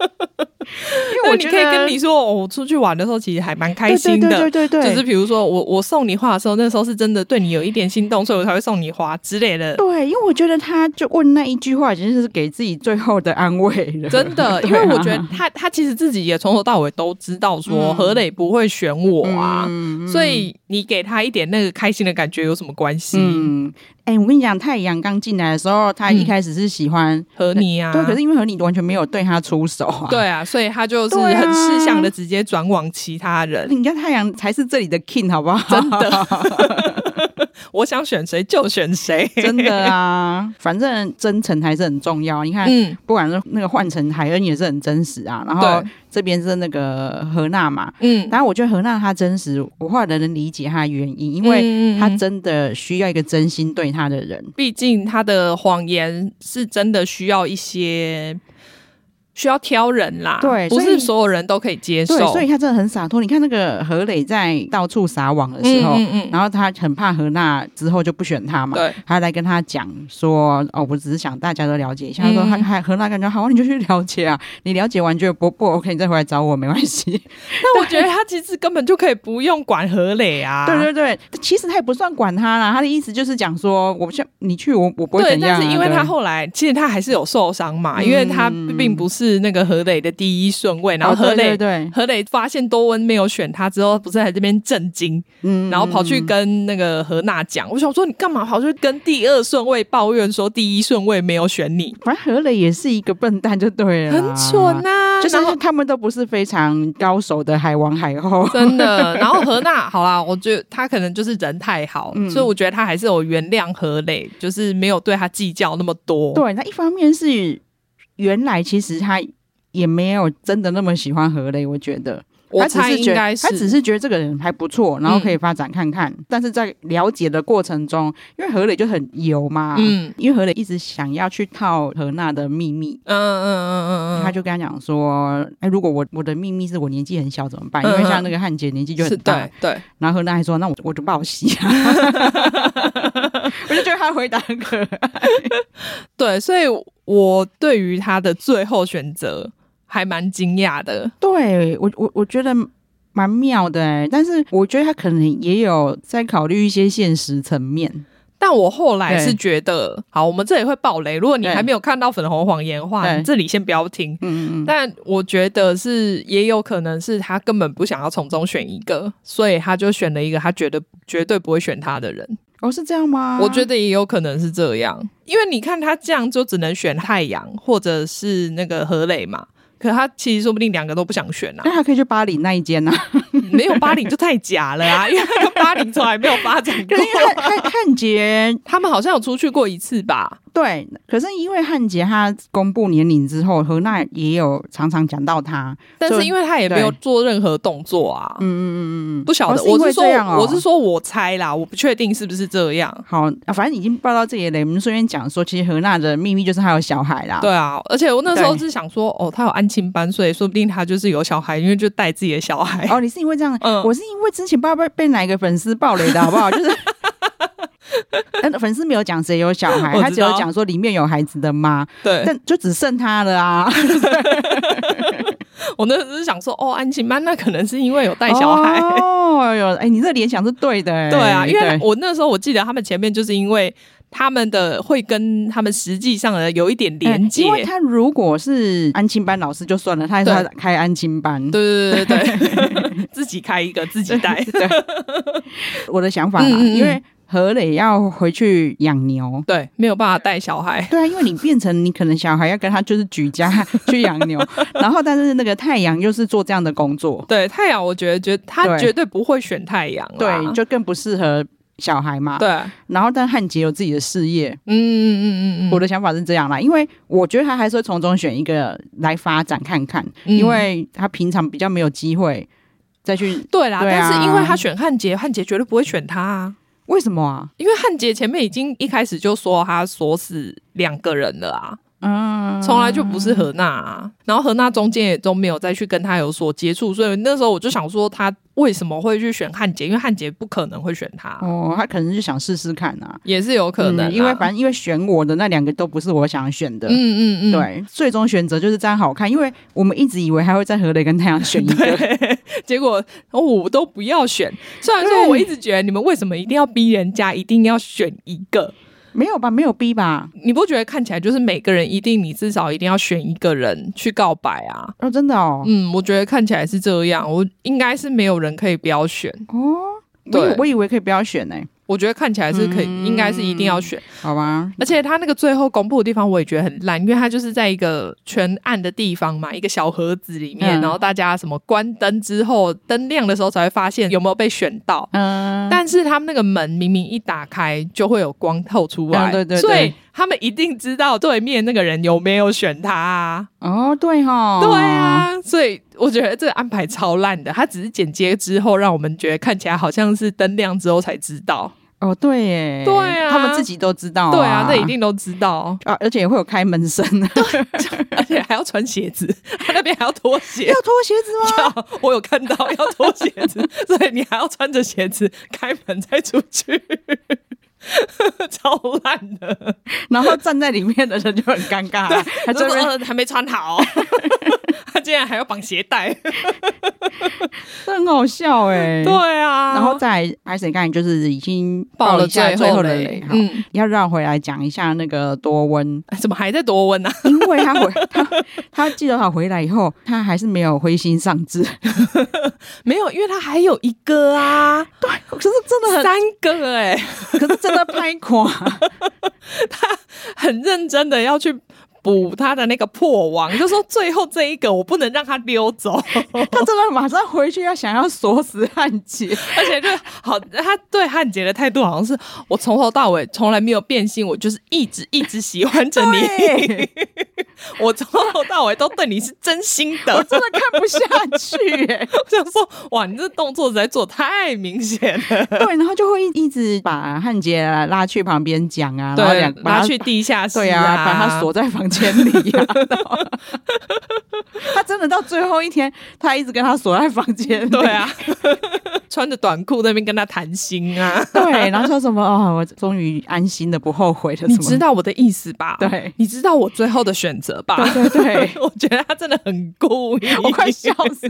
Speaker 1: 因为
Speaker 2: 那
Speaker 1: 我
Speaker 2: 你
Speaker 1: 觉
Speaker 2: 可以
Speaker 1: 得
Speaker 2: 跟你说，哦我出去玩的时候其实还蛮开
Speaker 1: 对
Speaker 2: 心的。
Speaker 1: 对对对对对，
Speaker 2: 就是比如说我我送你花的时候，那时候是真的对你有一点心动，所以我才会送你花之类的。
Speaker 1: 对，啊因为我觉得他就问那一句话，其实是给自己最后的安慰了。
Speaker 2: 真的，因
Speaker 1: 对啊
Speaker 2: 为我觉得他他其实自己也从头到尾都知道说
Speaker 1: 嗯
Speaker 2: 何磊不会选我啊，
Speaker 1: 嗯
Speaker 2: 所以你给他一点那个开心的感觉有什么关系？
Speaker 1: 嗯，哎、我跟你讲，太阳刚进来的时候，他一开始是喜欢，
Speaker 2: 和你啊，
Speaker 1: 对，可是因为和你完全没有对他出手啊。
Speaker 2: 对啊，所以他就是
Speaker 1: 对啊
Speaker 2: 很识相的直接转往其他人。
Speaker 1: 人家太阳才是这里的 king，好不好？真的，
Speaker 2: 我想选谁就选谁，
Speaker 1: 真的啊！反正真诚还是很重要。你看，
Speaker 2: 嗯，
Speaker 1: 不管是那个换成海恩也是很真实啊，然后
Speaker 2: 对，
Speaker 1: 这边是那个何娜嘛，
Speaker 2: 嗯，
Speaker 1: 然后我觉得何娜她真实，我后来能理解她的原因，因为
Speaker 2: 为
Speaker 1: 她真的需要一个真心对她的人，
Speaker 2: 嗯毕竟他的谎言是真的需要一些需要挑人啦，
Speaker 1: 对
Speaker 2: 不
Speaker 1: 所以
Speaker 2: 是所有人都可以接受。
Speaker 1: 对，所以她真的很洒脱。你看那个何磊在到处撒网的时候，
Speaker 2: 嗯嗯嗯
Speaker 1: 然后他很怕何娜之后就不选他嘛。
Speaker 2: 对，
Speaker 1: 他来跟他讲说：“哦，我只是想大家都了解一下。他说：“
Speaker 2: 嗯
Speaker 1: 他还何娜感觉好，你就去了解啊。你了解完觉得不不 OK，你再回来找我没关系。”
Speaker 2: 那我觉得他其实根本就可以不用管何磊 啊，
Speaker 1: 对对对，其实他也不算管他啦，他的意思就是讲说，我像你去我我不会
Speaker 2: 对，
Speaker 1: 怎样、啊，
Speaker 2: 但是因为
Speaker 1: 对
Speaker 2: 他
Speaker 1: 嗯
Speaker 2: 后来其实他还是有受伤嘛，因为他并不是那个何磊的第一顺位，然后
Speaker 1: 哦
Speaker 2: 何
Speaker 1: 对对
Speaker 2: 磊、
Speaker 1: 对，
Speaker 2: 何磊发现多恩没有选他之后，不是在这边震惊，
Speaker 1: 嗯
Speaker 2: 然后跑去跟那个何娜讲，我想说你干嘛跑去跟第二顺位抱怨说第一顺位没有选你，
Speaker 1: 反正何磊也是一个笨蛋就对了，
Speaker 2: 很蠢、呐、
Speaker 1: 就是
Speaker 2: 然后
Speaker 1: 他们都不是非常高手的海王海后，
Speaker 2: 真的，然后何娜，好啦，我觉得她可能就是人太好，
Speaker 1: 嗯
Speaker 2: 所以我觉得她还是有原谅何磊，就是没有对他计较那么 多。
Speaker 1: 对，那一方面是原来其实他也没有真的那么喜欢何磊，我觉得，
Speaker 2: 我
Speaker 1: 他只
Speaker 2: 猜
Speaker 1: 是嗯
Speaker 2: 应
Speaker 1: 觉
Speaker 2: 该
Speaker 1: 得他只是觉得这个人还不错，然后可以发展看看。但是在了解的过程中，因为何磊就很油嘛，
Speaker 2: 嗯
Speaker 1: 因为何磊一直想要去套何娜的秘密。
Speaker 2: 嗯嗯嗯嗯嗯，
Speaker 1: 他就跟他讲说：“哎、如果我我的秘密是我年纪很小怎么办？
Speaker 2: 嗯
Speaker 1: 因为
Speaker 2: 嗯
Speaker 1: 像那个汉姐年纪就很
Speaker 2: 是
Speaker 1: 大。
Speaker 2: 对对，
Speaker 1: 然后何娜还说：“那我我就报喜 啊！”我就觉得他回答很可爱。
Speaker 2: 对，所以我对于他的最后选择还蛮惊讶的。
Speaker 1: 对我我我觉得蛮妙的哎、但是我觉得他可能也有在考虑一些现实层面。
Speaker 2: 但我后来
Speaker 1: 对
Speaker 2: 是觉得，好，我们这里会爆雷。如果你
Speaker 1: 对
Speaker 2: 还没有看到粉红谎言的话，
Speaker 1: 对
Speaker 2: 你这里先不要听。
Speaker 1: 嗯嗯嗯，
Speaker 2: 但我觉得是，也有可能是他根本不想要从中选一个，所以他就选了一个他觉得绝对不会选他的人。
Speaker 1: 哦，是这样吗？
Speaker 2: 我觉得也有可能是这样，啊因为你看他这样就只能选太阳或者是那个何磊嘛，可他其实说不定两个都不想选啊
Speaker 1: 那。还可以去巴黎那一间呐、啊。
Speaker 2: 没有巴黎就太假了 啊，因为他跟巴黎从来没有发展
Speaker 1: 可
Speaker 2: 过
Speaker 1: 是。 因为 汉汉汉杰
Speaker 2: 他们好像有出去过一次吧？
Speaker 1: 对，可是因为汉杰他公布年龄之后，何娜也有常常讲到他。
Speaker 2: 但
Speaker 1: 就是
Speaker 2: 因为他也没有
Speaker 1: 对
Speaker 2: 做任何动作啊，
Speaker 1: 嗯嗯嗯嗯嗯，
Speaker 2: 不晓得。
Speaker 1: 哦
Speaker 2: 我
Speaker 1: 因为
Speaker 2: 是说，
Speaker 1: 这样哦，
Speaker 2: 我是说我猜啦，我不确定是不是这样。
Speaker 1: 好、啊，反正已经报到这里了。我们顺便讲说，其实何娜的秘密就是她有小孩啦。
Speaker 2: 对啊，而且我那时候
Speaker 1: 对
Speaker 2: 是想说，哦，他有安亲班，所以说不定他就是有小孩，因为就带自己的小孩。
Speaker 1: 哦，你是因为这样，
Speaker 2: 嗯
Speaker 1: 我是因为之前不知道被被哪一个粉丝爆雷的好不好？就是 呃。粉丝没有讲谁有小
Speaker 2: 我知
Speaker 1: 孩，
Speaker 2: 道
Speaker 1: 他只有讲说里面有孩子的妈，
Speaker 2: 对，
Speaker 1: 但就只剩他了啊，
Speaker 2: 我那时候是想说，哦，安亲班那可能是因为有带小孩。
Speaker 1: 哦哟，哎、你这联想是对的、哎
Speaker 2: 对啊，因为
Speaker 1: 对
Speaker 2: 我那时候我记得他们前面就是因为他们的会跟他们实际上的有一点连接，
Speaker 1: 哎因为他如果是安亲班老师就算了，他还说他开安亲班，
Speaker 2: 对对对对 对，自己开一个自己带，
Speaker 1: 我的想法啦，
Speaker 2: 嗯嗯嗯
Speaker 1: 因为何磊要回去养牛。
Speaker 2: 对，没有办法带小孩，
Speaker 1: 对啊，因为你变成你可能小孩要跟他就是举家 去养 牛，然后但是那个太阳又是做这样的工作，
Speaker 2: 对太阳，我觉得觉得他
Speaker 1: 对
Speaker 2: 绝对不会选太阳啦，
Speaker 1: 对，就更不适合小孩嘛。
Speaker 2: 对，
Speaker 1: 然后但汉杰有自己的事业，
Speaker 2: 嗯嗯嗯嗯嗯，
Speaker 1: 我的想法是这样啦，因为我觉得他还是会从中选一个来发展看看，
Speaker 2: 嗯
Speaker 1: 因为他平常比较没有机会再 去。
Speaker 2: 对啦，
Speaker 1: 对啊
Speaker 2: 但是因为他选汉杰，汉杰绝对不会选他啊。
Speaker 1: 为什么啊？
Speaker 2: 因为汉杰前面已经一开始就说他锁死两个人了啊，
Speaker 1: 嗯，
Speaker 2: 从来就不是何娜啊。然后何娜中间也都没有再去跟他有所接触，所以那时候我就想说他为什么会去选汉杰，因为汉杰不可能会选他，
Speaker 1: 哦，他可能就想试试看啊。
Speaker 2: 也是有可能啊、
Speaker 1: 嗯因为反正因为选我的那两个都不是我想选的。
Speaker 2: 嗯嗯嗯，
Speaker 1: 对，最终选择就是这样好看，因为我们一直以为还会在河雷跟太阳选一 个，
Speaker 2: 结果、哦我都不要选。虽然说
Speaker 1: 对
Speaker 2: 我一直觉得你们为什么一定要逼人家一定要选一个？
Speaker 1: 没有吧？没有 B 吧？
Speaker 2: 你不觉得看起来就是每个人一定你至少一定要选一个人去告白啊？
Speaker 1: 哦，真的哦，
Speaker 2: 嗯，我觉得看起来是这样，我应该是没有人可以不要选。
Speaker 1: 哦，我
Speaker 2: 对
Speaker 1: 以我以为可以不要选呢、
Speaker 2: 我觉得看起来是可以，
Speaker 1: 嗯
Speaker 2: 应该是一定要选。
Speaker 1: 好吧？
Speaker 2: 而且他那个最后公布的地方，我也觉得很烂，因为他就是在一个全暗的地方嘛，一个小盒子里面，
Speaker 1: 嗯
Speaker 2: 然后大家什么关灯之后，灯亮的时候才会发现有没有被选到。
Speaker 1: 嗯、
Speaker 2: 但是他们那个门明明一打开就会有光透出来，
Speaker 1: 嗯对对对
Speaker 2: 所以他们一定知道对面那个人有没有选他、啊。
Speaker 1: 哦，对哈、
Speaker 2: 对，啊，所以我觉得这个安排超烂的，他只是剪接之后让我们觉得看起来好像是灯亮之后才知道。
Speaker 1: 哦，对耶，
Speaker 2: 对啊
Speaker 1: 他们自己都知道、
Speaker 2: 对啊，那一。定都知 道，
Speaker 1: 啊，而且也会有开门 声，要
Speaker 2: 而且还要穿鞋子， 他那边还要啊脱 鞋。
Speaker 1: 脱鞋子吗？
Speaker 2: 要，我有看到要脱鞋 子，所以你还要穿着鞋子开门再出去， 超烂的。
Speaker 1: 然后站在里面的人就很尴尬，啊他这
Speaker 2: 这
Speaker 1: 边
Speaker 2: 边还没穿好， 他竟然还要绑鞋 带。
Speaker 1: 这很好笑哎。
Speaker 2: 对，啊，
Speaker 1: 然后再来拍谁干就是已经爆一下最后的雷，好，
Speaker 2: 嗯，
Speaker 1: 要绕回来讲一下那个多温，
Speaker 2: 哎怎么还在多温啊？
Speaker 1: 因为他回 他他记得他回来以后，他还是没有灰心丧志，
Speaker 2: 没有，因为他还有一个啊，
Speaker 1: 可是真的
Speaker 2: 三个哎、
Speaker 1: 很，可是真的拍 垮，
Speaker 2: 很认真的要去。补他的那个破网，就说最后这一个我不能让他溜 走，
Speaker 1: 他真的马上回去要想要锁死汉杰，
Speaker 2: 而且就好，他对汉杰的态度好像是我从头到尾从来没有变心，我就是一直一直喜欢着你。
Speaker 1: 对
Speaker 2: 我从头到尾都对你是真心
Speaker 1: 我
Speaker 2: 的。
Speaker 1: 真的看不下去、欸，
Speaker 2: 我想说，哇，你这动作实在做得太明显了，
Speaker 1: 对，然后就会一一直把汉杰啊拉去旁边讲啊，然后
Speaker 2: 对
Speaker 1: 两，把
Speaker 2: 拿
Speaker 1: 他
Speaker 2: 去地下室、
Speaker 1: 对啊，把他锁在房间里呀、然后 他真的到最后一天，他一直跟他锁在房间 里。
Speaker 2: 对啊， 穿着短裤在那边跟他谈 心啊，
Speaker 1: 对，然后说什么哦，我终于安心的不后悔的，
Speaker 2: 你
Speaker 1: 什么
Speaker 2: 知道我的意思吧？
Speaker 1: 对
Speaker 2: 你知道我最后的选择吧？
Speaker 1: 对对对
Speaker 2: 我觉得他真的很故意，
Speaker 1: 我快笑死，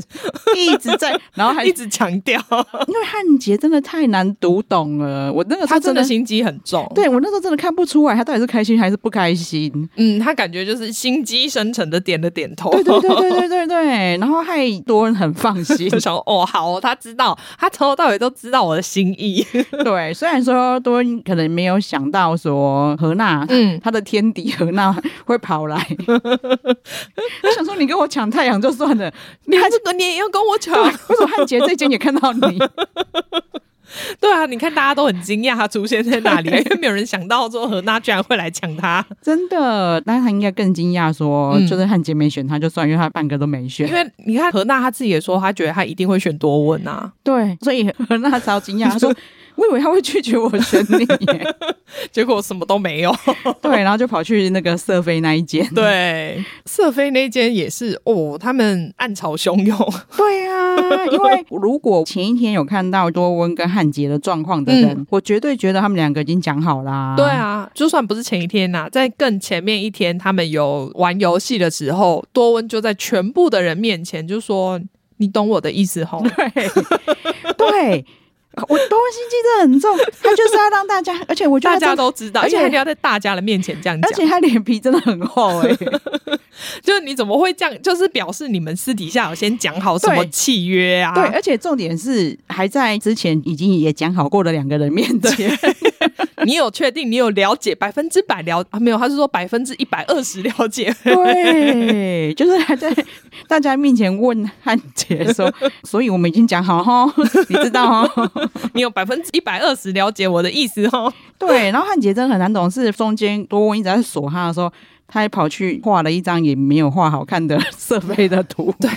Speaker 1: 一直在，然后还
Speaker 2: 一
Speaker 1: 因
Speaker 2: 直 强调
Speaker 1: 为汉杰真的太难读懂了，我那个时
Speaker 2: 他
Speaker 1: 候真
Speaker 2: 真的心机很重。，
Speaker 1: 对我那时候真的看不出来他到底是开心还是不开心。
Speaker 2: 嗯，他感觉就是心机深沉的点了点头。
Speaker 1: 对 对对对对对对，然后害多人很放心
Speaker 2: 就。想哦，好，他知道，他从头到尾都知道我的心 意。
Speaker 1: 对，虽然说多恩可能没有想到说何娜，
Speaker 2: 嗯
Speaker 1: 嗯，他的天敌何娜会跑 来，我想说你跟我抢太阳就算了，啊
Speaker 2: 你还这个你也要跟我抢？
Speaker 1: 为什么汉杰这间也看到你？
Speaker 2: 对啊，你看大家都很惊讶他出现在那里，
Speaker 1: 对
Speaker 2: 因为没有人想到说何娜居然会来抢他，
Speaker 1: 真的，那他应该更惊讶说，
Speaker 2: 嗯
Speaker 1: 就是汉杰没选他就算，因为他半个都没选
Speaker 2: 因。为你看何娜她自己也说，她觉得她一定会选多问啊，
Speaker 1: 对，所以何娜超惊讶，他说我以为他会拒绝我选你 耶，
Speaker 2: 结果什么都没 有。
Speaker 1: 对，然后就跑去那个瑟菲那一间。
Speaker 2: 对，瑟菲那间也是哦，他们暗潮汹涌。
Speaker 1: 对啊，因为 如果前一天有看到多温跟汉杰的状况的人，我绝对觉得他们两个已经讲好啦。
Speaker 2: 对，啊，就算不是前一天呐、在更前面一天，他们有玩游戏的时候，多温就在全部的人面前就说：“你懂我的意思 吼。
Speaker 1: 对对，我多温心机真的很重，他就是要让大家，而且我”觉
Speaker 2: 大
Speaker 1: 得他
Speaker 2: 家
Speaker 1: 真的。
Speaker 2: 都知道，
Speaker 1: 而
Speaker 2: 而
Speaker 1: 且
Speaker 2: 且还要在大家的面前这样
Speaker 1: 而
Speaker 2: 讲，
Speaker 1: 且他脸皮真的很厚 哎、
Speaker 2: 就是你怎么会这样？就是表示你们私底下有先讲好什么
Speaker 1: 对
Speaker 2: 契约啊？
Speaker 1: 对，而且重点是还在之前已经也讲好过的两个人面前，
Speaker 2: 你有确定你有了解百分之百了啊？没有，他是说百分之一百二十了解。
Speaker 1: 对，就是还在大家面前问汉杰 说，所以我们已经讲好哈，你知道哈，
Speaker 2: 你有百分之一百二十了解我的意思 哦。
Speaker 1: 对，然后汉杰真的很难懂，是中间多温一直在锁他的时候，他还跑去画了一张也没有画好看的设 备的图。对，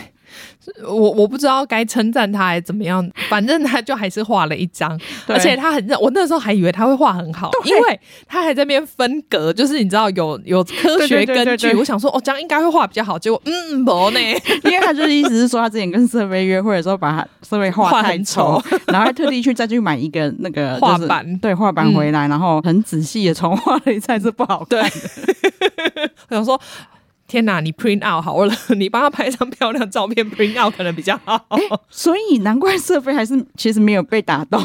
Speaker 2: 我我不知道该称赞他还是怎么样，反正他就还是画了一张，
Speaker 1: 对
Speaker 2: 而且他很认，我那时候还以为他会画很好，因为他还在那边分隔，就是你知道有有科学
Speaker 1: 对对对
Speaker 2: 根据，
Speaker 1: 对对
Speaker 2: 我想说哦这样应该会画比较好，结果嗯不呢，
Speaker 1: 因为他就是意思是说，他之前跟设备约会的时候，把他设备画
Speaker 2: 画
Speaker 1: 太
Speaker 2: 很
Speaker 1: 丑，然后还特地去再去买一个那个
Speaker 2: 画
Speaker 1: 就是
Speaker 2: 板
Speaker 1: 对，画板回来，然后很仔细的重画了一次，还是不好看。
Speaker 2: 对 我想说。天哪，你 print out 好了，你帮他拍一张漂亮照片，print out 可能比较好。
Speaker 1: 所以难怪设备还是其实没有被打动。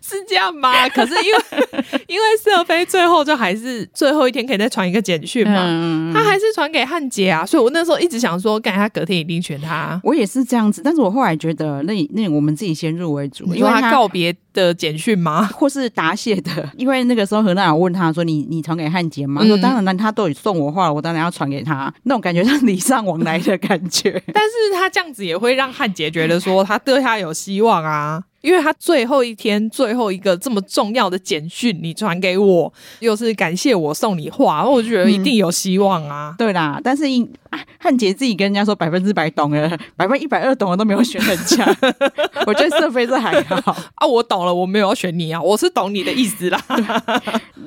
Speaker 2: 是这样吗？可是因为因为瑟菲最后就还是最后一天可以再传一个简讯嘛，
Speaker 1: 嗯，
Speaker 2: 他还是传给汉杰啊，所以我那时候一直想说，干他隔天一定选他，
Speaker 1: 我也是这样子，但是我后来觉得那那我们自己先入为主，
Speaker 2: 因
Speaker 1: 因
Speaker 2: 为
Speaker 1: 为
Speaker 2: 他告别的简 讯吗？
Speaker 1: 或是答谢的， 因为那个时候何娜有问他说你：“你传给汉杰吗？”他说：“
Speaker 2: 嗯
Speaker 1: 当然了，他都有送我话了，我当然要传给他。” 那种感觉是礼尚往来的感觉。
Speaker 2: 但是他这样子也会让汉杰觉得说他对他有希望啊，因为他最后一天最后一个这么重要的简讯你传给我，又是感谢我送你话，我就觉得一定有希望啊。
Speaker 1: 对啦，但是因啊汉杰自己跟人家说百分之百懂了， 百分之一百二懂了都没有选人家。 我觉得瑟菲这还好，
Speaker 2: 啊，我懂了，我没有要选你啊，我是懂你的意思啦。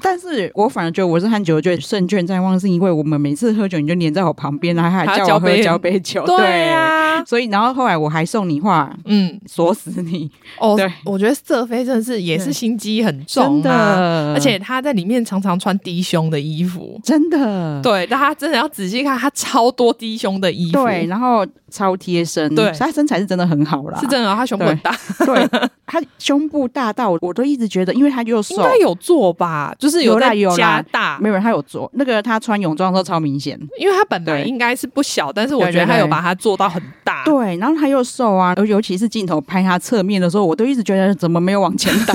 Speaker 1: 但是我反而觉得我是汉杰，我觉得胜券在望，是因为我们每次喝酒你就黏在我旁边，然后还
Speaker 2: 嗯还要
Speaker 1: 叫我喝
Speaker 2: 交杯
Speaker 1: 交杯酒，
Speaker 2: 对啊，
Speaker 1: 所以然后后来我还送你话，
Speaker 2: 嗯，
Speaker 1: 锁死你，
Speaker 2: 哦
Speaker 1: 对，
Speaker 2: 我觉得瑟菲真的是也是
Speaker 1: 对
Speaker 2: 心机很
Speaker 1: 真
Speaker 2: 重、啊，
Speaker 1: 的，
Speaker 2: 而且他在里面常常穿低胸的衣服，
Speaker 1: 真的，
Speaker 2: 对，但他真的要仔细看，他超多低胸的衣服，
Speaker 1: 对，，然后超贴身，
Speaker 2: 对
Speaker 1: 所以他身材是真的很好啦，
Speaker 2: 是真的，他胸部很大，
Speaker 1: 的，对，他胸部大到我都一直觉得，因为他又
Speaker 2: 应
Speaker 1: 瘦，
Speaker 2: 该有做吧，就是
Speaker 1: 有啦
Speaker 2: 在
Speaker 1: 有啦
Speaker 2: 加大，
Speaker 1: 没有他有做那个，他穿泳装的时候超明显，
Speaker 2: 因为他本来
Speaker 1: 对
Speaker 2: 应该是不小，但是我
Speaker 1: 对
Speaker 2: 觉得
Speaker 1: 对
Speaker 2: 他有
Speaker 1: 对
Speaker 2: 把它做到很大，
Speaker 1: 对，然后他又瘦啊，尤尤其是镜头拍他侧面的时候，我都一直觉得怎么没有往前 倒，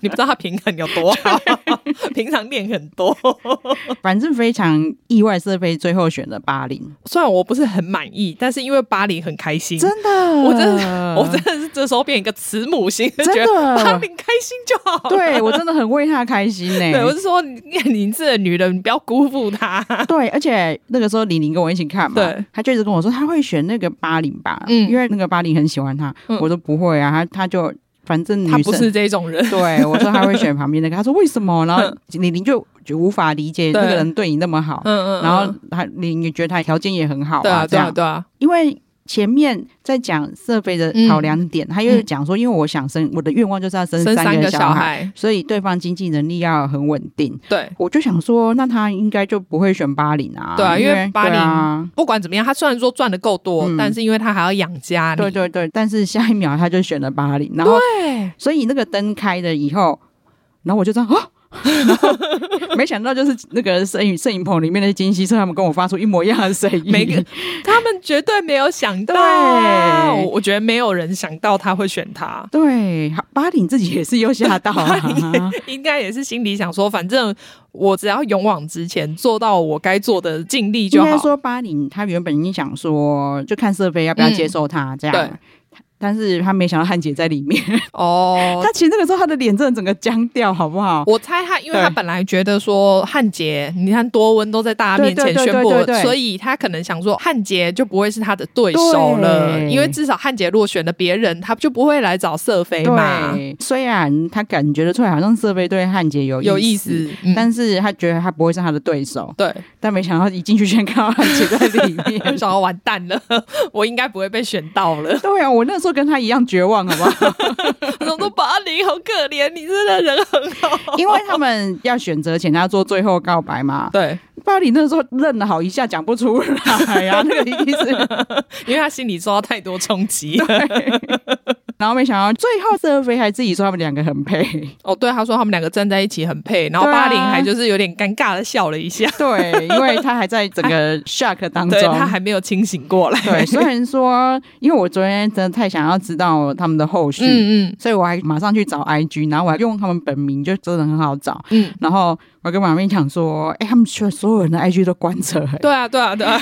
Speaker 2: 你不知道他平衡有多好，平常练很多，
Speaker 1: 反正非常意外，瑟菲最后选的八零，
Speaker 2: 虽然我不是很满意，但是因为巴黎很开心，
Speaker 1: 真的，
Speaker 2: 我真的，我真的是这时候变一个慈母心，就
Speaker 1: 真
Speaker 2: 觉得巴
Speaker 1: 的，
Speaker 2: 黎开心就好了。
Speaker 1: 对我真的很为他开心呢、
Speaker 2: 对，我是说，你你这个女人，你不要辜负 她。
Speaker 1: 对，而且那个时候李宁跟我一起看嘛，
Speaker 2: 对，
Speaker 1: 他就一直跟我说他会选那个八零吧，
Speaker 2: 嗯
Speaker 1: 因为那个八零很喜欢他，
Speaker 2: 嗯
Speaker 1: 我说不会啊，他他就反正女
Speaker 2: 她
Speaker 1: 生
Speaker 2: 不是这种人。
Speaker 1: 对我说他会选旁边那个，他说为什么？然后
Speaker 2: 嗯
Speaker 1: 李宁就就无法理解
Speaker 2: 对
Speaker 1: 那个人对你那么好，
Speaker 2: 嗯嗯，
Speaker 1: 然后
Speaker 2: 嗯
Speaker 1: 他李宁也觉得他条件也很好
Speaker 2: 对啊
Speaker 1: 这
Speaker 2: 对啊
Speaker 1: 样，
Speaker 2: 对啊，
Speaker 1: 因为。前面在讲社飞的
Speaker 2: 嗯
Speaker 1: 考量点，他又讲说，因为我想生，我的愿望就是要生
Speaker 2: 啊生
Speaker 1: 三
Speaker 2: 个
Speaker 1: 小孩，
Speaker 2: 孩，
Speaker 1: 所以对方经济能力要很稳定。
Speaker 2: 对，
Speaker 1: 我就想说，那他应该就不会选巴林啊，
Speaker 2: 对啊因
Speaker 1: 因
Speaker 2: 为
Speaker 1: 为
Speaker 2: 巴
Speaker 1: 对啊
Speaker 2: 不管怎么样，她虽然说赚的够多，
Speaker 1: 嗯
Speaker 2: 但是因为她还要养家，
Speaker 1: 对
Speaker 2: 你
Speaker 1: 对对，但是下一秒他就选了巴林，然后
Speaker 2: 对，啊
Speaker 1: 所以那个灯开了以后，然后我就这样啊。然后没想到就是那个摄影摄影棚里面的金希澈，他们跟我发出一模一样的声音。
Speaker 2: 每 个他们绝对没有想到，
Speaker 1: 对
Speaker 2: 我我觉得没有人想到他会选他。
Speaker 1: 对巴林自己也是又吓到啊，
Speaker 2: 应该也是心里想说，反正我只要勇往直前，做到我该做的尽力
Speaker 1: 应
Speaker 2: 就
Speaker 1: 该
Speaker 2: 好。
Speaker 1: 说巴林他原本已经想说，就看瑟菲要不要接受他这样。
Speaker 2: 嗯对
Speaker 1: 但是他没想到汉姐在里面，
Speaker 2: 哦，
Speaker 1: 他其实那个时候他的脸真的整个僵掉，好不好？
Speaker 2: 我猜他，因为
Speaker 1: 哦对
Speaker 2: 他本来觉得说汉杰，你看多温都在大家面前
Speaker 1: 对对对
Speaker 2: 宣布
Speaker 1: 对对
Speaker 2: 了，
Speaker 1: 对
Speaker 2: 所以他可能想说汉杰就不会是他的对手了，
Speaker 1: 对
Speaker 2: 因为至少汉杰如果选了别人，他就不会来找瑟菲嘛，
Speaker 1: 对，虽然他感觉得出来，好像瑟菲对汉杰有
Speaker 2: 有
Speaker 1: 意
Speaker 2: 意思。嗯
Speaker 1: 但是他觉得他不会是他的对手，
Speaker 2: 对，
Speaker 1: 但没想到一进去先看到汉杰在里
Speaker 2: 就
Speaker 1: 面。
Speaker 2: 想要完蛋了，我应该不会被选到了。
Speaker 1: 对啊，我那时候跟他一样绝望，好不 好？
Speaker 2: 我想说巴黎好可怜，你真的人很好。
Speaker 1: 因为他们要选择前，他要做最后告白嘛。
Speaker 2: 对，
Speaker 1: 巴里那时候愣了好一下，讲不出来 啊，那个意思。
Speaker 2: 因为他心里受到太多冲击。
Speaker 1: 然后没想到最后瑟菲还自己说他们两个很配，
Speaker 2: 哦，对，他说他们两个站在一起很配，然后
Speaker 1: 对
Speaker 2: 巴
Speaker 1: 啊
Speaker 2: 黎还就是有点尴尬的笑了一下，
Speaker 1: 对，因为他还在整 个 shock 当中
Speaker 2: 对。他还没有清醒过来。
Speaker 1: 对，虽然说，因为我昨天真的太想要知道他们的后续，
Speaker 2: 嗯
Speaker 1: 所以我还马上去找 IG，然后我还用他们本名，就真的很好找。
Speaker 2: 嗯嗯，
Speaker 1: 然后我跟马面讲说，哎、他们全所有人的 IG 都关着、欸。
Speaker 2: 对啊，对啊，对啊，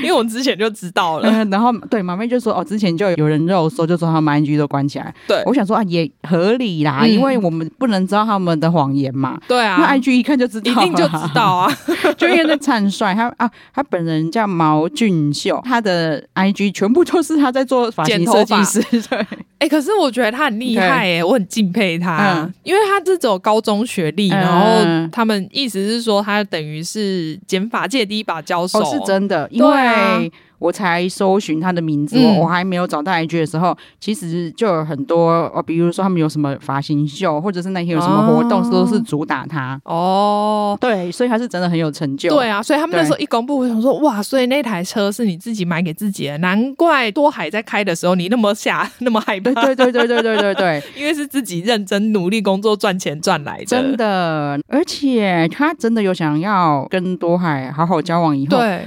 Speaker 2: 因为我们之前就知道了，
Speaker 1: 嗯，然后对马妹就说哦，之前就有人肉搜，就说他们 IG 都关起来。
Speaker 2: 对
Speaker 1: 我想说啊，也合理啦，
Speaker 2: 嗯
Speaker 1: 因为我们不能知道他们的谎言嘛。
Speaker 2: 对
Speaker 1: 那
Speaker 2: 啊，
Speaker 1: IG 一看就知道，
Speaker 2: 一定就知，道啊，
Speaker 1: 就因为那灿帅他啊，他本人叫毛俊秀，他的 IG 全部都是他在做发型
Speaker 2: 剪头
Speaker 1: 设
Speaker 2: 发
Speaker 1: 计师，对，
Speaker 2: 哎、可是我觉得他很厉害哎、我很敬佩他，
Speaker 1: 嗯
Speaker 2: 因为他这种高中学历，
Speaker 1: 嗯
Speaker 2: 然后他们意思是说他等于是减法界第一把交手，
Speaker 1: 哦，是真的，因
Speaker 2: 对啊
Speaker 1: 为我才搜寻他的名字，
Speaker 2: 嗯
Speaker 1: 我我还没有找到 IG 的时候，其实就有很多哦，比如说他们有什么发型秀，或者是那天有什么活动，
Speaker 2: 哦
Speaker 1: 都是主打他。
Speaker 2: 哦。
Speaker 1: 对，所以他是真的很有成就。
Speaker 2: 对啊，所以他们那
Speaker 1: 对
Speaker 2: 时候一公布，我想说哇，所以那台车是你自己买给自己的，难怪多海在开的时候你那么吓，那么害怕，
Speaker 1: 对对对对对对对对，
Speaker 2: 因为是自己认真努力工作赚钱赚来的，
Speaker 1: 真的，而且他真的有想要跟多海好好交往以后，
Speaker 2: 对，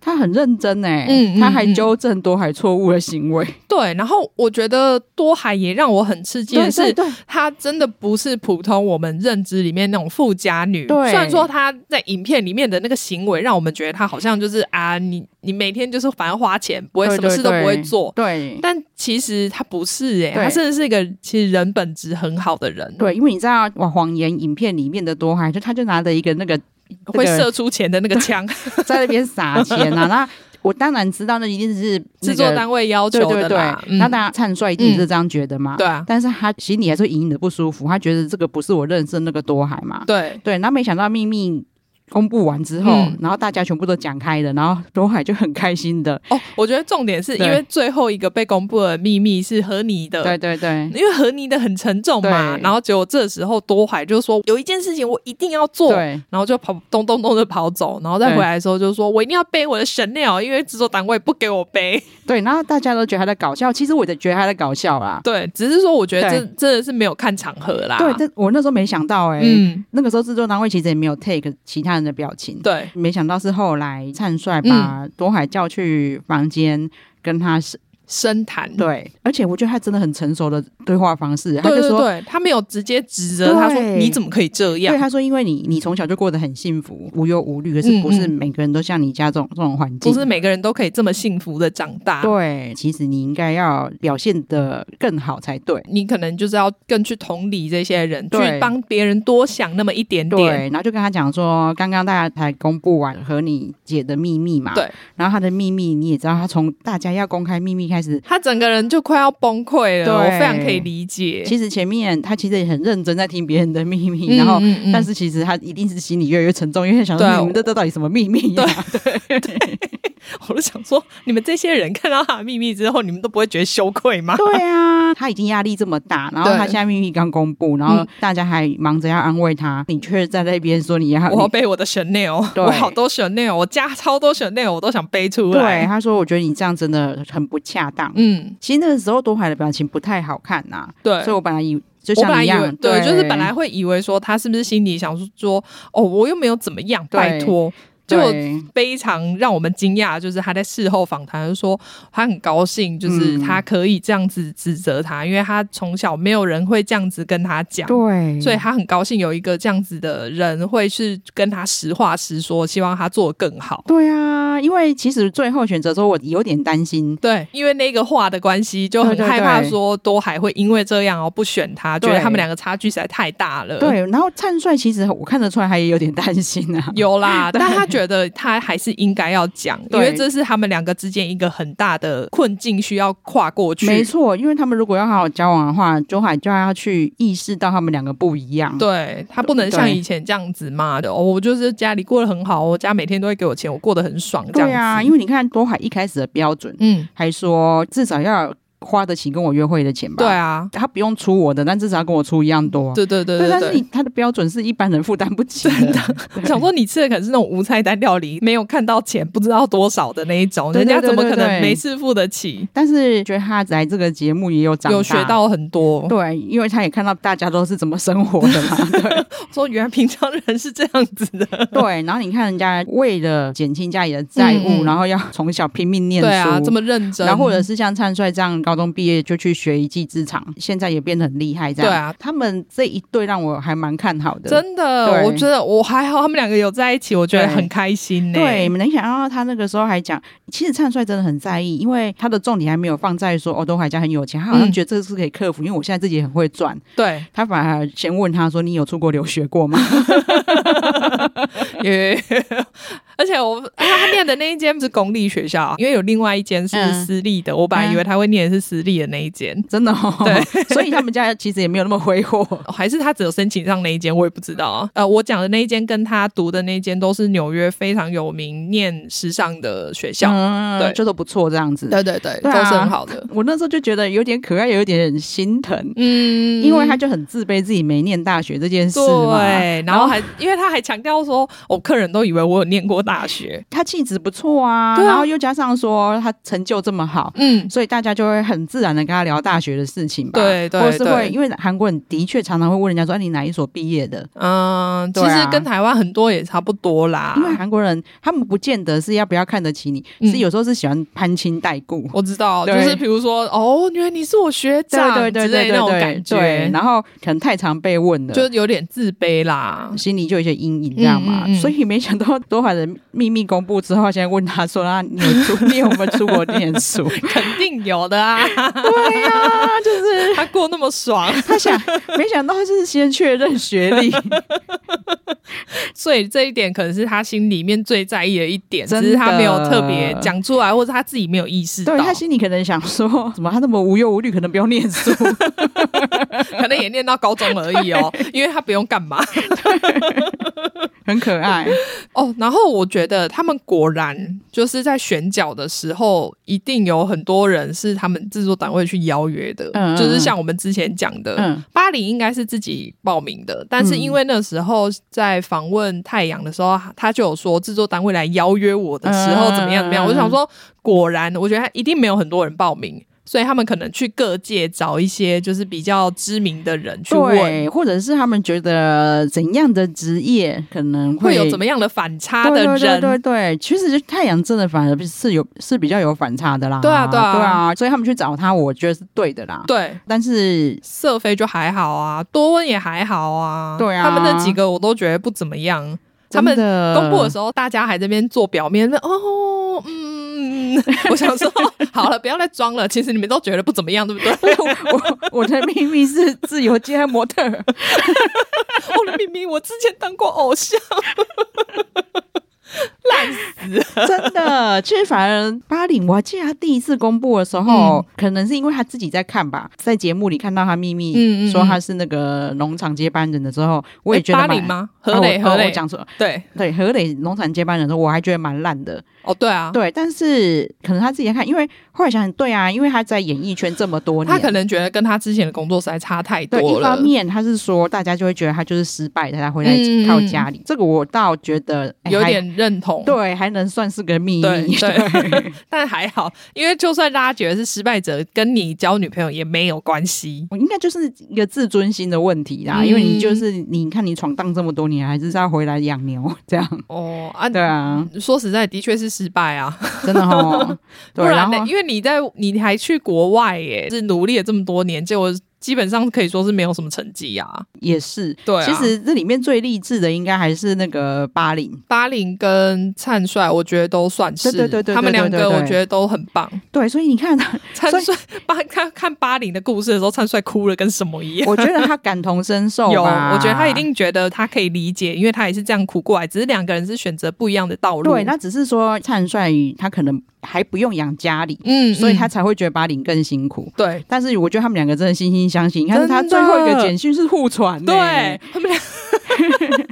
Speaker 1: 他很认真哎、
Speaker 2: 嗯嗯
Speaker 1: 他还
Speaker 2: 嗯
Speaker 1: 纠正多海错误的行为，
Speaker 2: 对，然后我觉得多海也让我很吃惊
Speaker 1: 对
Speaker 2: 的
Speaker 1: 对
Speaker 2: 是，
Speaker 1: 对，
Speaker 2: 她真的不是普通我们认知里面那种富家女。
Speaker 1: 对
Speaker 2: 虽然说她在影片里面的那个行为，让我们觉得她好像就是啊，你你每天就是反正花钱，不会
Speaker 1: 对
Speaker 2: 什么事都不会做。
Speaker 1: 对。
Speaker 2: 但其实她不是诶、
Speaker 1: 对
Speaker 2: 她甚至是一个其实人本质很好的人，，
Speaker 1: 对，因为你知道，哇，谎言影片里面的多海，就他就拿着一个那 个
Speaker 2: 会射出钱的那个枪，
Speaker 1: 在那边撒钱啊。那我当然知道，那一定是那
Speaker 2: 制
Speaker 1: 个
Speaker 2: 作单位要
Speaker 1: 对
Speaker 2: 求
Speaker 1: 对
Speaker 2: 的
Speaker 1: 对
Speaker 2: 啦。，嗯
Speaker 1: 那当然灿帅一定是这样觉得嘛。
Speaker 2: 对啊，
Speaker 1: 但是他心里还是会隐隐的不舒服，他觉得这个不是我认识的那个多海嘛。
Speaker 2: 对。
Speaker 1: 对，那没想到秘密。公布完之后，
Speaker 2: 嗯
Speaker 1: 然后大家全部都讲开了，然后多海就很开心的，
Speaker 2: 哦，我觉得重点是因
Speaker 1: 对
Speaker 2: 为最后一个被公布的秘密是和你的，
Speaker 1: 对对对
Speaker 2: 因为和泥的很沉重嘛，
Speaker 1: 对
Speaker 2: 然后结果这时候多海就说有一件事情我一定要做，
Speaker 1: 对
Speaker 2: 然后就跑咚咚咚的跑走，然后再回来的时候就说我一定要背我的神料，因为制作单位不给我背。
Speaker 1: 对，然后大家都觉得他在搞笑，其实我也觉得他在搞笑啦。
Speaker 2: 对，只是说我觉得
Speaker 1: 对
Speaker 2: 这真的是没有看场合啦。
Speaker 1: 对，但我那时候没想到哎、
Speaker 2: 啊嗯，
Speaker 1: 那个时候制作单位其实也没有 take 其他人的表情，
Speaker 2: 对，嗯
Speaker 1: 没想到是后来灿帅把多海叫去房间跟他
Speaker 2: 深谈。
Speaker 1: 对，而且我觉得他真的很成熟的对话方式，他
Speaker 2: 嗯对
Speaker 1: 就
Speaker 2: 对
Speaker 1: 说。
Speaker 2: 对，他没有直接指责他说
Speaker 1: 对
Speaker 2: 你怎么可以这
Speaker 1: 对，
Speaker 2: 样，
Speaker 1: 他说，因为你，你从小就过得很幸福，无忧无虑，可
Speaker 2: 嗯
Speaker 1: 是不是
Speaker 2: 嗯
Speaker 1: 每个人都像你家这种这种环境，
Speaker 2: 不是每个人都啊可以这么幸福的长大。
Speaker 1: 对，其实你应该要表现的更好才对。
Speaker 2: 你可能就是要更去同理这些人，去
Speaker 1: 对
Speaker 2: 帮别人多想那么一点
Speaker 1: 对
Speaker 2: 点。，
Speaker 1: 然后就跟他讲说，刚刚大家才公布完和你姐的秘密嘛，
Speaker 2: 对，
Speaker 1: 然后他的秘密你也知道，他从大家要公开秘密开始，
Speaker 2: 他整个人就快要崩
Speaker 1: 对
Speaker 2: 溃了，我非常可以理解。
Speaker 1: 其实前面他其实也很认真在听别人的秘密，
Speaker 2: 嗯
Speaker 1: 然后、
Speaker 2: 嗯嗯
Speaker 1: 但是其实他一定是心里越来越沉重，因为他想
Speaker 2: 对啊
Speaker 1: 说你们这这到底什么秘密啊呀、
Speaker 2: 我就想说，你们这些人看到他的秘密之后，你们都不会觉得羞愧 吗？
Speaker 1: 对啊， 他已经压力这么大，然后
Speaker 2: 对
Speaker 1: 他现在秘密刚公布，然后
Speaker 2: 嗯
Speaker 1: 大家还忙着要安慰他，你却在那边说你要
Speaker 2: 我要背我的 Chanel，
Speaker 1: 对
Speaker 2: 我好多 Chanel，我家超多 Chanel，我都想背出
Speaker 1: 对
Speaker 2: 来。
Speaker 1: 他说，我觉得你这样真的很不恰当。
Speaker 2: 嗯，
Speaker 1: 其实那个时候多海的表情不太好看呐、
Speaker 2: 对。
Speaker 1: 所以我本来以就
Speaker 2: 我本
Speaker 1: 像
Speaker 2: 来
Speaker 1: 你一
Speaker 2: 以为
Speaker 1: 样，，
Speaker 2: 对，就是本来会以为说他是不是心里想说，哦，我又没有怎么样，
Speaker 1: 对
Speaker 2: 拜托。就
Speaker 1: 对
Speaker 2: 非常让我们惊讶，就是他在事后访谈就说，他很高兴，就是
Speaker 1: 嗯
Speaker 2: 他可以这样子指责他，因为他从小没有人会这样子跟他讲，
Speaker 1: 对，
Speaker 2: 所以他很高兴有一个这样子的人会去跟他实话实说，希望他做得更好。
Speaker 1: 对啊，因为其实最后选择说，我有点担心。
Speaker 2: 对，因为那个话的关系，就很
Speaker 1: 对对
Speaker 2: 害怕
Speaker 1: 对
Speaker 2: 说多海会因为这样哦不选他，觉得
Speaker 1: 对
Speaker 2: 他们两个差距实在太大了。，
Speaker 1: 对，然后灿帅其实我看得出来，他也有点担心 啊。
Speaker 2: 有 啦，但他觉得他还是应该要讲，因
Speaker 1: 对
Speaker 2: 为这是他们两个之间一个很大的困境，需要跨过去。
Speaker 1: 没错，因为他们如果要好好交往的话，周海就要去意识到他们两个不一样。
Speaker 2: 对他不能像
Speaker 1: 对
Speaker 2: 以前这样子嘛的、哦，我就是家里过得很好，我家每天都会给我钱，我过得很爽这样
Speaker 1: 对
Speaker 2: 子。
Speaker 1: 啊，因为你看多海一开始的标准，
Speaker 2: 嗯，
Speaker 1: 还说至少要花得起跟我约会的钱吧。
Speaker 2: 对啊，
Speaker 1: 他不用出我的，但至少要跟我出一样多。
Speaker 2: 对对对
Speaker 1: 但是你
Speaker 2: 对
Speaker 1: 他的标准是一般人负担不起的。
Speaker 2: 对，想说你吃的可能是那种无菜单料理，没有看到钱不知道多少的那一种，
Speaker 1: 对对
Speaker 2: 人家
Speaker 1: 对
Speaker 2: 怎么
Speaker 1: 对
Speaker 2: 可能
Speaker 1: 对
Speaker 2: 没事付得起？
Speaker 1: 但是觉得他来这个节目也有长大
Speaker 2: 有学。到很多，
Speaker 1: 对，因为他也看到大家都是怎么生活的 嘛。对
Speaker 2: 说原来平常人是这样子 的。
Speaker 1: 对，然后你看人家为了减轻家里的债务，
Speaker 2: 嗯嗯
Speaker 1: 然后要从小拼命念书，
Speaker 2: 对啊，这么认真，
Speaker 1: 然后或者是像灿帅这样高中毕业就去学一技之长，现在也变得很厉害这样。
Speaker 2: 对啊，
Speaker 1: 他们这一对让我还蛮看好的。
Speaker 2: 真的，
Speaker 1: 对
Speaker 2: 我觉得我还好，他们两个有在一起，我觉得
Speaker 1: 对
Speaker 2: 很开心呢、
Speaker 1: 对，能想到他那个时候还讲，其实灿帅真的很在意，因为他的重点还没有放在说哦，东海家很有钱，他好像
Speaker 2: 嗯
Speaker 1: 觉得这是可以克服，因为我现在自己也很会赚，
Speaker 2: 对
Speaker 1: 他反而先问他说：“你有出国留学过吗
Speaker 2: 也，而且我他他念的那一间是公立学校啊，因为有另外一间是
Speaker 1: 嗯
Speaker 2: 私立的，我本来以为他会念的是私立的那一间。？”
Speaker 1: 真的、哦，
Speaker 2: 对，
Speaker 1: 所以他们家其实也没有那么挥 霍。
Speaker 2: 哦还是他只有申请上那一间，我也不知道啊。呃，我讲的那一间跟他读的那一间都是纽约非常有名念时尚的学校，
Speaker 1: 嗯
Speaker 2: 对
Speaker 1: 就都不错这样子。
Speaker 2: 对对对，
Speaker 1: 对
Speaker 2: 都
Speaker 1: 啊
Speaker 2: 是很好的。
Speaker 1: 我那时候就觉得有点可爱，也有点心疼，
Speaker 2: 嗯
Speaker 1: 因为他就很自卑自己没念大学这件事嘛。
Speaker 2: 对，然后还因为他还强调说，我客人都以为我有念过大学，
Speaker 1: 他气质不错啊，
Speaker 2: 对啊
Speaker 1: 然后又加上说他成就这么好，
Speaker 2: 嗯，
Speaker 1: 所以大家就会很自然的跟他聊大学的事情吧。
Speaker 2: 对对
Speaker 1: 或者是
Speaker 2: 对
Speaker 1: 会，因为韩国人的确常常会问人家说：“哎，你哪一所毕业的？”
Speaker 2: 嗯，其
Speaker 1: 对
Speaker 2: 实
Speaker 1: 啊
Speaker 2: 跟台湾很多也差不多啦
Speaker 1: 因。为韩国人他们不见得是要不要看得起你，
Speaker 2: 嗯
Speaker 1: 是有时候是喜欢攀亲带故。
Speaker 2: 我知道，就
Speaker 1: 对
Speaker 2: 是比如说，哦，原来你是我学长
Speaker 1: 对对
Speaker 2: 之类
Speaker 1: 对对
Speaker 2: 那种
Speaker 1: 对
Speaker 2: 感
Speaker 1: 对
Speaker 2: 觉，
Speaker 1: 然后可能太常被问了，
Speaker 2: 就有点自卑 啦。
Speaker 1: 心里就有一些阴影，这样嘛。
Speaker 2: 嗯嗯嗯
Speaker 1: 所以没想到多海的秘密公布之后，现在问他说：“啊，你有出你有没有出国念书
Speaker 2: 肯定有的啊，
Speaker 1: 对呀、就是
Speaker 2: 他过那么 爽，
Speaker 1: 他想，没想到就是先确认学历，
Speaker 2: 所以这一点可能是他心里面最在意的一点，只
Speaker 1: 真
Speaker 2: 是他没有
Speaker 1: 的
Speaker 2: 特别讲出来，或者他自己没有意识到
Speaker 1: 对，他心里可能想说，怎么他那么无忧无虑，可能不用念书。
Speaker 2: 可能也念到高中而 已哦，因为他不用干嘛
Speaker 1: 很可爱，
Speaker 2: 哦。然后我觉得他们果然就是在选角的时候，一定有很多人是他们制作单位去邀约的，
Speaker 1: 嗯嗯
Speaker 2: 就是
Speaker 1: 嗯
Speaker 2: 像我们之前讲的，
Speaker 1: 嗯，
Speaker 2: 巴黎应该是自己报名的，但是因为那时候在访问太阳的时候，他就有说制作单位来邀约我的时候
Speaker 1: 嗯
Speaker 2: 怎么样怎么样，我就想说，果然，我觉得他一定没有很多人报名。所以他们可能去各界找一些就是比较知名的人去问，
Speaker 1: 对，或者是他们觉得怎样的职业可能
Speaker 2: 会有
Speaker 1: 么
Speaker 2: 怎么样的反差的
Speaker 1: 对对
Speaker 2: 人，
Speaker 1: 对对，其实太阳真的反而是有是比较有反差的啦。
Speaker 2: 对啊
Speaker 1: 对
Speaker 2: 对啊
Speaker 1: 所以他们去找他，我觉得是对的啦。
Speaker 2: 对
Speaker 1: 但是
Speaker 2: 瑟菲就还好啊，多温也还好啊，
Speaker 1: 对啊
Speaker 2: 他们那几个我都觉得不怎么样。他们
Speaker 1: 真的
Speaker 2: 公布的时候，大家还在那边做表面，那边哦，嗯， 我想说，好了，不要再装了。其实你们都觉得不怎么样，对不对？
Speaker 1: 我 我的秘密是自由接案模特儿，
Speaker 2: 我的哦明明我之前当过偶像，
Speaker 1: 真的。其实反而巴林，我还记得他第一次公布的时候，可能是因为他自己在看吧，在节目里看到他秘密
Speaker 2: 嗯嗯嗯
Speaker 1: 说他是那个农场接班人的时候，我也觉得
Speaker 2: 巴
Speaker 1: 蛮
Speaker 2: 黎哎吗？何
Speaker 1: 啊
Speaker 2: 磊，
Speaker 1: 我
Speaker 2: 何
Speaker 1: 哦
Speaker 2: 磊
Speaker 1: 我，讲错，
Speaker 2: 对，
Speaker 1: 对何磊农场接班人的时候，我还觉得蛮烂的。
Speaker 2: 哦，对啊，
Speaker 1: 对，但是可能他自己在看，因为后来想想，对啊，因为他在演艺圈这么多年，
Speaker 2: 他可能觉得跟他之前的工作实在差太
Speaker 1: 对
Speaker 2: 多
Speaker 1: 一
Speaker 2: 了
Speaker 1: 方。面他是说大家就会觉得他就是失败，他才回来
Speaker 2: 嗯
Speaker 1: 靠家里。这个我倒觉得、哎
Speaker 2: 有
Speaker 1: 还
Speaker 2: 点认同，
Speaker 1: 对，还能算是个秘密。
Speaker 2: 对对 但还好，因为就算大家觉得是失败者，跟你交女朋友也没有关系。
Speaker 1: 我 应该就是一个自尊心的问题啦，
Speaker 2: 嗯
Speaker 1: 因为你就是你看你闯荡这么多年，还是要回来养牛 这样。
Speaker 2: 哦啊，
Speaker 1: 对啊，
Speaker 2: 说实在，的确是失败啊。
Speaker 1: 真的 哦。
Speaker 2: 不
Speaker 1: 对，然
Speaker 2: 然
Speaker 1: 后
Speaker 2: 呢？因为你在你还去国外耶，是努力了这么多年，结果基本上可以说是没有什么成绩啊。
Speaker 1: 也是，
Speaker 2: 对啊
Speaker 1: 其实这里面最励志的应该还是那个巴林。
Speaker 2: 巴林跟灿帅，我觉得都算是，
Speaker 1: 对对对对
Speaker 2: 他们两
Speaker 1: 对
Speaker 2: 个
Speaker 1: 对对
Speaker 2: 我觉得都很棒。
Speaker 1: 对，所以你 看，
Speaker 2: 灿
Speaker 1: 所以
Speaker 2: 帅巴看看巴林的故事的时候，灿帅哭了跟什么一样。
Speaker 1: 我觉得他感同身受
Speaker 2: 有，
Speaker 1: 吧。
Speaker 2: 我觉得他一定觉得他可以理解，因为他也是这样苦过来，只是两个人是选择不一样的道路。
Speaker 1: 对，那只是说灿帅他可能还不用养家里，
Speaker 2: 嗯，
Speaker 1: 所以他
Speaker 2: 嗯
Speaker 1: 才会觉得巴林更辛苦。
Speaker 2: 对
Speaker 1: 但是我觉得他们两个真的惺惺相惜。你看，
Speaker 2: 真的
Speaker 1: 他最后一个简讯是互传、欸
Speaker 2: 对，，他们俩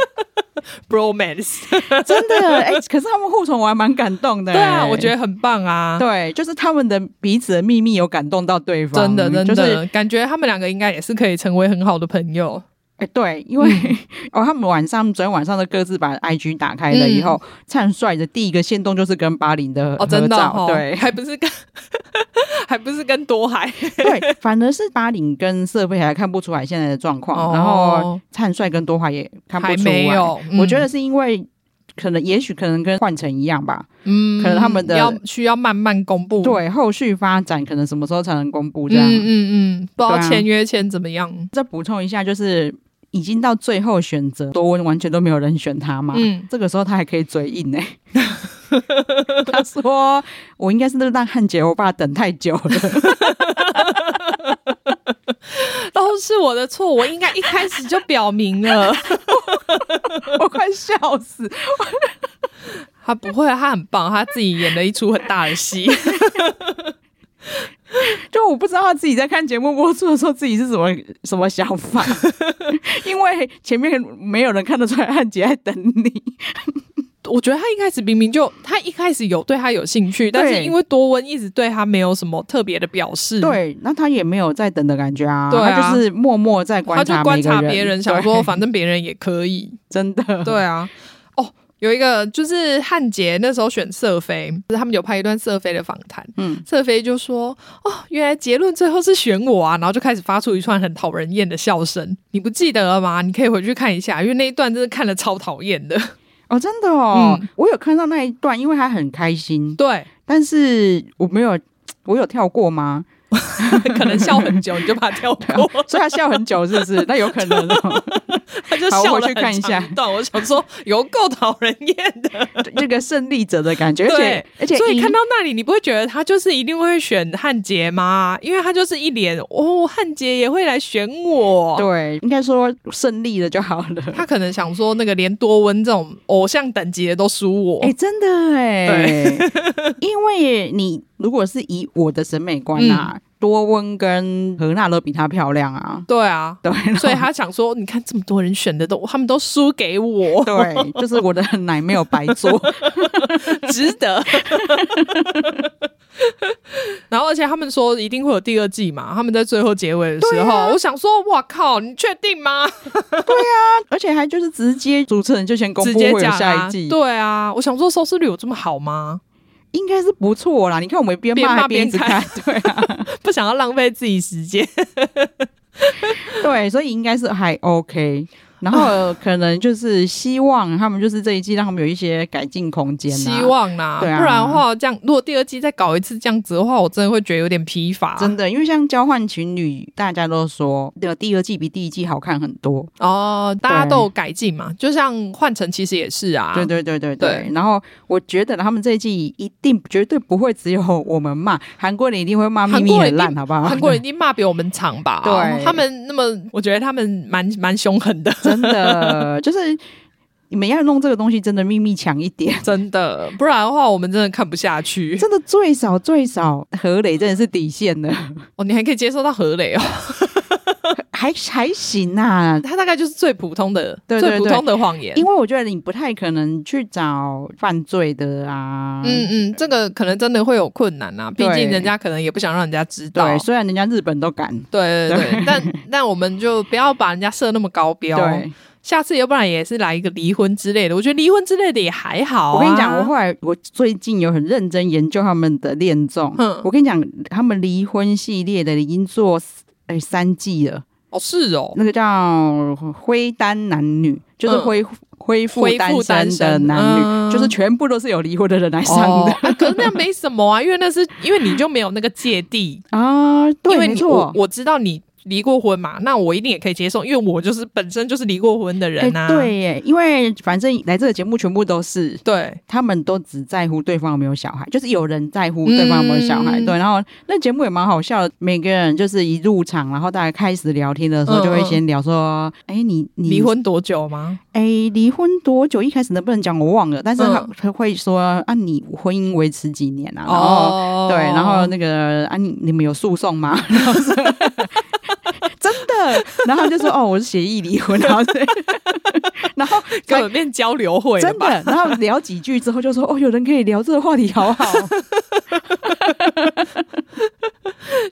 Speaker 2: bromance，
Speaker 1: 真的哎、可是他们互传我还蛮感动的、
Speaker 2: 对啊，我觉
Speaker 1: 得。
Speaker 2: 得很棒啊。
Speaker 1: 对，就是他们的彼此的秘密有感动到对方，
Speaker 2: 真的，真的，
Speaker 1: 就是
Speaker 2: 感觉他们两个应该也是可以成为很好的朋友。
Speaker 1: 哎，对，因为、
Speaker 2: 嗯
Speaker 1: 哦，他们晚上昨天晚上都各自把 IG 打开了以后，灿帅的第一个线动就是跟巴林的
Speaker 2: 嗯哦，
Speaker 1: 合
Speaker 2: 真的、
Speaker 1: 照，
Speaker 2: 哦，
Speaker 1: 对
Speaker 2: 还不是跟 还不是跟多海，
Speaker 1: 对，反而是巴林跟瑟菲还看不出来现在的状况，
Speaker 2: 哦
Speaker 1: 然后灿帅跟多华也 看不
Speaker 2: 还
Speaker 1: 出来。
Speaker 2: 没有。嗯
Speaker 1: 我觉得是因为可能，也许可能跟换成一样吧。
Speaker 2: 嗯
Speaker 1: 可能他们的
Speaker 2: 要需要慢慢公布。
Speaker 1: 对，后续发展可能什么时候才能公布
Speaker 2: 嗯，
Speaker 1: 这样？
Speaker 2: 嗯嗯嗯，不知道
Speaker 1: 对啊
Speaker 2: 签约签怎么样。
Speaker 1: 再补充一下，就是已经到最后选择多温，完全都没有人选他嘛。
Speaker 2: 嗯，
Speaker 1: 这个时候他还可以嘴硬呢、 他说：“我应该是让汉杰欧巴等太久了。
Speaker 2: 都是我的错，我应该一开始就表明了。”
Speaker 1: 我快笑死！
Speaker 2: 他不会，他很棒，他自己演了一出很大的戏。
Speaker 1: 就我不知道他自己在看节目播出的时候，自己是什么什么想 法，因为前面没有人看得出来汉杰在等你。
Speaker 2: 我觉得他一开始明明就，他一开始有对他有兴
Speaker 1: 对
Speaker 2: 趣，但是因为多温一直对他没有什么特别的表示，，
Speaker 1: 对，那他也没有在等的感觉啊，
Speaker 2: 嗯对啊
Speaker 1: 他就是默默在观
Speaker 2: 他就
Speaker 1: 察
Speaker 2: 观
Speaker 1: 每个
Speaker 2: 察别人，想说
Speaker 1: 对
Speaker 2: 反正别人也可 以，
Speaker 1: 真的
Speaker 2: 对啊，哦，有一个就是汉杰那时候选瑟菲，他们有拍一段瑟菲的访谈，
Speaker 1: 嗯
Speaker 2: 嗯，瑟菲就说：“哦，原来结论最后是选我啊！”然后就开始发出一串很讨人厌的笑声，你不记得了吗？你可以回去看一下，因为那一段真的看了超讨厌的。
Speaker 1: 哦，真的哦、
Speaker 2: 嗯
Speaker 1: 我有看到那一段，因为他很开心，
Speaker 2: 对，
Speaker 1: 但是我没有，我有跳过 吗？
Speaker 2: 可能笑很久，你就把它 跳过，
Speaker 1: 所以他笑很久，是不是？那有可能、 哦。
Speaker 2: 他就
Speaker 1: 好我
Speaker 2: 笑
Speaker 1: 回
Speaker 2: 了
Speaker 1: 去看一
Speaker 2: 很
Speaker 1: 下
Speaker 2: 长一段。我想说，有够讨人厌的。
Speaker 1: 这个胜利者的感觉，而且
Speaker 2: 对
Speaker 1: 而且
Speaker 2: 所以
Speaker 1: 一
Speaker 2: 看到那里，你不会觉得他就是一定会选汉杰吗？因为他就是一脸哦，汉杰也会来选我。
Speaker 1: 对，应该说胜利了就好 了。
Speaker 2: 他可能想说，那个连多温这种偶像等级的都输我。
Speaker 1: 哎、真的哎、 因为你如果是以我的审美观啊，
Speaker 2: 嗯
Speaker 1: 多温跟何娜都比她漂亮啊。
Speaker 2: 对啊，
Speaker 1: 对，
Speaker 2: 所以他想说，你看这么多人选的都，他们都输给 我，
Speaker 1: 对，就是我的奶没有白 做。
Speaker 2: 值 得。然后，而且他们说一定会有第二季嘛，他们在最后结尾的时候，
Speaker 1: 啊
Speaker 2: 我想说，哇靠，你确定吗？
Speaker 1: 而且还就是直接主持人就先公
Speaker 2: 直
Speaker 1: 布会
Speaker 2: 接
Speaker 1: 有
Speaker 2: 讲
Speaker 1: 下
Speaker 2: 啊
Speaker 1: 一季，
Speaker 2: 对啊，我想说收视率有这么好吗？
Speaker 1: 应该是不错啦。你看我们边
Speaker 2: 边
Speaker 1: 骂
Speaker 2: 骂
Speaker 1: 还边一
Speaker 2: 边
Speaker 1: 直
Speaker 2: 看
Speaker 1: 看，对啊，
Speaker 2: 不想要浪费自己时间。
Speaker 1: 对，所以应该是还 OK。然后呃
Speaker 2: 啊
Speaker 1: 可能就是希望他们就是这一季让他们有一些改进空间、啊，
Speaker 2: 希望啦，
Speaker 1: 对啊
Speaker 2: 不然的话，这样如果第二季再搞一次这样子的话，我真的会觉得有点疲乏。
Speaker 1: 真的，因为像交换情侣，大家都说的第二季比第一季好看很多。
Speaker 2: 哦，大家都有改进嘛，就像换成其实也是啊，
Speaker 1: 对对对对对。
Speaker 2: 对
Speaker 1: 然后我觉得他们这一季一定绝对不会只有我们骂，韩国人一定会骂秘
Speaker 2: 韩
Speaker 1: 密
Speaker 2: 国人
Speaker 1: 很烂，好不好？
Speaker 2: 韩国人一定骂比我们长吧？
Speaker 1: 对
Speaker 2: 他们那么，我觉得他们蛮蛮凶 狠的，
Speaker 1: 真的 就是你们要弄这个东西，真的秘密强一 点。
Speaker 2: 真的，不然的话我们真的看不下去。
Speaker 1: 真的最少最少何磊真的是底线了，
Speaker 2: 哦，你还可以接受到何磊哦，
Speaker 1: 还还行啊。
Speaker 2: 他大概就是最普通的、
Speaker 1: 对对对
Speaker 2: 最普通的谎言
Speaker 1: 因。为我觉得你不太可能去找犯罪的啊，
Speaker 2: 嗯嗯，这个可能真的会有困难啊，毕
Speaker 1: 对
Speaker 2: 竟人家可能也不想让人家知道。
Speaker 1: 对，虽然人家日本都敢，
Speaker 2: 对对对， 但但我们就不要把人家设那么高标。
Speaker 1: 对，
Speaker 2: 下次要不然也是来一个离婚之类的，我觉得离婚之类的也还好、啊
Speaker 1: 我跟你讲，我后，来我最近有很认真研究他们的恋综。
Speaker 2: 嗯
Speaker 1: 我跟你讲，他们离婚系列的已经做哎三季了，
Speaker 2: 哦是哦，
Speaker 1: 那个叫《灰单男女》，就是
Speaker 2: 嗯
Speaker 1: 恢复恢复
Speaker 2: 恢
Speaker 1: 单
Speaker 2: 复单
Speaker 1: 身的
Speaker 2: 身
Speaker 1: 男女，
Speaker 2: 嗯
Speaker 1: 就是全部都是有离婚的人来上
Speaker 2: 哦
Speaker 1: 的、
Speaker 2: 啊可是那样没什么啊，因为那是因为你就没有那个芥蒂，
Speaker 1: 啊。 对，
Speaker 2: 因为
Speaker 1: 没
Speaker 2: 你
Speaker 1: 错
Speaker 2: 我。我知道你离过婚嘛，那我一定也可以接受，因为我就是本身就是离过婚的人啊，
Speaker 1: 哎对耶，因为反正来这个节目全部都是
Speaker 2: 对
Speaker 1: 他们都只在乎对方有没有小孩，就是有人在乎对方有没有小孩。
Speaker 2: 嗯
Speaker 1: 对，然后那节目也蛮好笑的，每个人就是一入场，然后大家开始聊天的时候，
Speaker 2: 嗯
Speaker 1: 就会先聊说：“哎、你你
Speaker 2: 离？婚多久吗？
Speaker 1: 哎，离婚多久？一开始能不能讲我忘了，但是他
Speaker 2: 嗯哦
Speaker 1: 他会说：啊，你婚姻维持几年啊？然后、对，然后那个啊，你你们有诉讼吗？ 然后说真的，然后他就说：哦，我是协议离婚，然后对 然后
Speaker 2: 根本变交流会了
Speaker 1: 真
Speaker 2: 吧？
Speaker 1: 的。然后聊几句之后就说：“哦，有人可以聊这个话题，好好。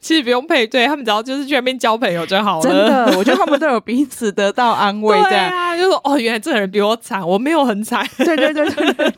Speaker 2: 其实不用配对，他们只要就是去那边交朋友就好”了。
Speaker 1: 真的，我觉得他们都有彼此得到安慰，这
Speaker 2: 对
Speaker 1: 样。
Speaker 2: 啊，就说哦，原来这个人比我惨，我没有很惨。
Speaker 1: 对对对对对，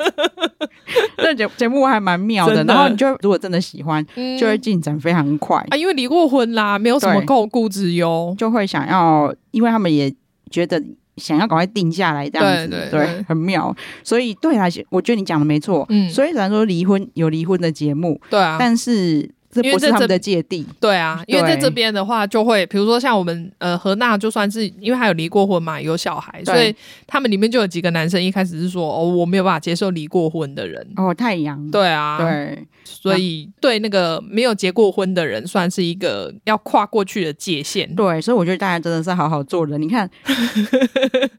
Speaker 1: 那节节目还蛮妙的。
Speaker 2: 真的
Speaker 1: 然后你就如果真的喜欢，
Speaker 2: 嗯
Speaker 1: 就会进展非常快，
Speaker 2: 啊，因为离过婚啦，没有什么
Speaker 1: 对
Speaker 2: 后顾之忧。
Speaker 1: 就会想要，因为他们也觉得想要赶快定下来，这样子，
Speaker 2: 对对对
Speaker 1: 很妙。所以对啦，我觉得你讲的没错。
Speaker 2: 嗯
Speaker 1: 虽然说离婚有离婚的节目，
Speaker 2: 对啊，
Speaker 1: 但是这
Speaker 2: 因为
Speaker 1: 不是
Speaker 2: 这
Speaker 1: 他们
Speaker 2: 这
Speaker 1: 的芥蒂。
Speaker 2: 对啊，因为
Speaker 1: 对
Speaker 2: 在这边的话，就会比如说像我们呃何娜，就算是因为她有离过婚嘛，有小孩，
Speaker 1: 对
Speaker 2: 所以他们里面就有几个男生一开始是说哦，我没有办法接受离过婚的人。
Speaker 1: 哦，太阳，
Speaker 2: 对啊，，
Speaker 1: 对。
Speaker 2: 所以对那个没有结过婚的人，算是一个要跨过去的界限。
Speaker 1: 对，所以我觉得大家真的是好好做人。你 看，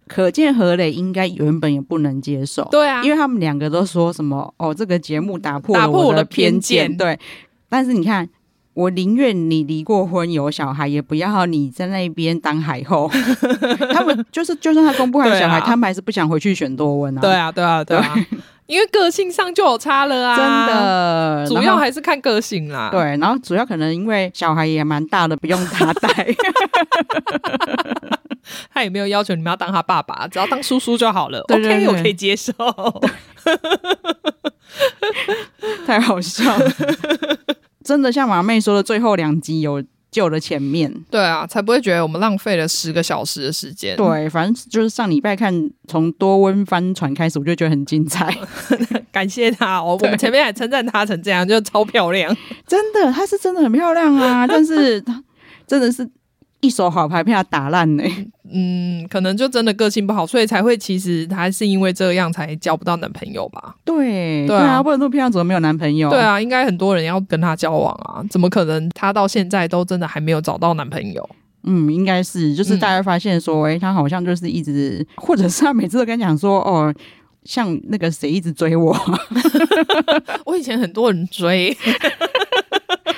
Speaker 1: 可见何磊应该原本也不能接受，
Speaker 2: 对啊，
Speaker 1: 因为他们两个都说什么哦，这个节目打破
Speaker 2: 打
Speaker 1: 了
Speaker 2: 破我
Speaker 1: 的
Speaker 2: 的偏
Speaker 1: 偏见，
Speaker 2: 见
Speaker 1: 对。但是你看，我宁愿你离过婚有小孩，也不要你在那边当海 后。他们就是，就算他公布还有
Speaker 2: 对
Speaker 1: 小孩，
Speaker 2: 啊
Speaker 1: 他们还是不想回去选多温啊。
Speaker 2: 对啊，对啊，对啊，因为个性上就有差了
Speaker 1: 真
Speaker 2: 啊，。
Speaker 1: 的，
Speaker 2: 主
Speaker 1: 然
Speaker 2: 要
Speaker 1: 后
Speaker 2: 还是看个性啦。
Speaker 1: 对，然后主要可能因为小孩也蛮大的，不用他 带。
Speaker 2: 他也没有要求你们要当他爸爸，只要当叔叔就好了。
Speaker 1: 对对
Speaker 2: OK，
Speaker 1: 对
Speaker 2: 我可以接受。
Speaker 1: 太好笑了。真的像马妹说的，最后两集有救了前面。
Speaker 2: 对啊，才不会觉得我们浪费了十个小时的时间。
Speaker 1: 对，反正就是上礼拜看从多温帆船开始，我就觉得很精彩。
Speaker 2: 感谢他哦，我们前面还称赞他成这样，就超漂亮。
Speaker 1: 真的，她是真的很漂亮啊，但是她真的是一手好牌被她打烂呢、
Speaker 2: 嗯，可能就真的个性不好，所以才会其实他是因为这样才交不到男朋友吧？
Speaker 1: 对
Speaker 2: 对啊
Speaker 1: 啊，不然那么漂亮怎么没有男朋友？
Speaker 2: 对，啊，应该很多人要跟他交往啊，怎么可能他到现在都真的还没有找到男朋友？
Speaker 1: 嗯，应该是，就是
Speaker 2: 嗯
Speaker 1: 大家发现说，哎、她好像就是一直，或者是她每次都跟你讲说，哦，像那个谁一直追我，
Speaker 2: 我以前很多人追，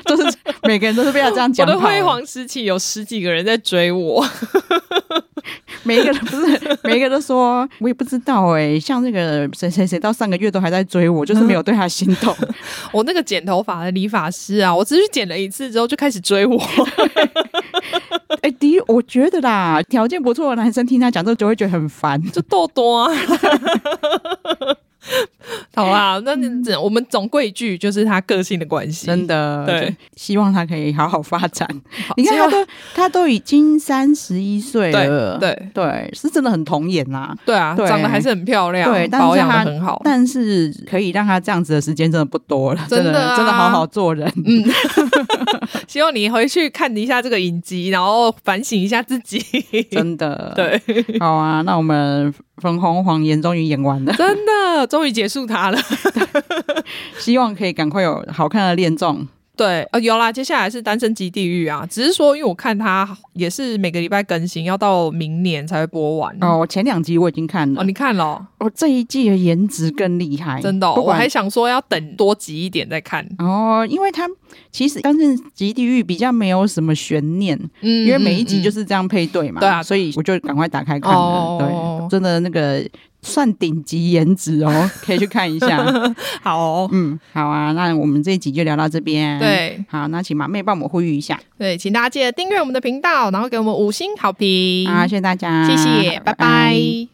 Speaker 1: 就是每个人都是被她这样
Speaker 2: 我
Speaker 1: 讲跑了。
Speaker 2: 的辉煌时期有十几个人在追我。
Speaker 1: 每一个人不是每一个都说，我也不知道哎、像那个谁谁谁到上个月都还在追我，就是没有对他心 动。
Speaker 2: 我那个剪头发的理发师啊，我只是剪了一次之后就开始追我，
Speaker 1: 哎、第一，我觉得啦，条件啊不错的男生听他讲这个就会觉得很烦。
Speaker 2: 就痘痘啊。 好啦，那只我们总归一句就是他个性的关系，
Speaker 1: 嗯真的，
Speaker 2: 对，
Speaker 1: 希望他可以好好发 展。
Speaker 2: 好
Speaker 1: 你看
Speaker 2: 希望
Speaker 1: 他都他都已经三十一岁了，
Speaker 2: 对
Speaker 1: 对，是真的很童颜啦、
Speaker 2: 对啊，
Speaker 1: 对
Speaker 2: 长得还是很漂亮，
Speaker 1: 对但是
Speaker 2: 保养的
Speaker 1: 他
Speaker 2: 很好，
Speaker 1: 但是可以让他这样子的时间真的不多了，真
Speaker 2: 真的啊
Speaker 1: 真的好好做 人。
Speaker 2: 嗯，希望你回去看一下这个影集，然后反省一下自己。
Speaker 1: 真的，，
Speaker 2: 对，
Speaker 1: 好啊，那我们粉红谎言终于演完 了，
Speaker 2: 真的终于结束它了。
Speaker 1: 希望可以赶快有好看的恋综。
Speaker 2: 对，呃，有啦，接下来是《单身级地狱》啊，只是说，因为我看它也是每个礼拜更新，要到明年才会播完。
Speaker 1: 哦，我前两集我已经看了，
Speaker 2: 嗯哦，你看了哦、
Speaker 1: 我、这一季的颜值更厉害，
Speaker 2: 真的哦、
Speaker 1: 不
Speaker 2: 我
Speaker 1: 管
Speaker 2: 还想说要等多集一点再看。
Speaker 1: 哦，因为它其实《单身级地狱》比较没有什么悬念，
Speaker 2: 嗯、
Speaker 1: 因为每一集就是是这样配对嘛，
Speaker 2: 嗯嗯对啊
Speaker 1: 所以我就赶快打开看了。
Speaker 2: 哦
Speaker 1: 对，真的那个算顶级颜值 哦，可以去看一下。
Speaker 2: 嗯好哦、
Speaker 1: 嗯，好啊，那我们这一集就聊到这边。，
Speaker 2: 对
Speaker 1: 好，那请马妹帮我们呼吁一下
Speaker 2: 对，请大家
Speaker 1: 啊
Speaker 2: 记得订阅我们的频道，然后给我们五星好评。
Speaker 1: 啊，谢谢大家，
Speaker 2: 嗯谢谢，拜拜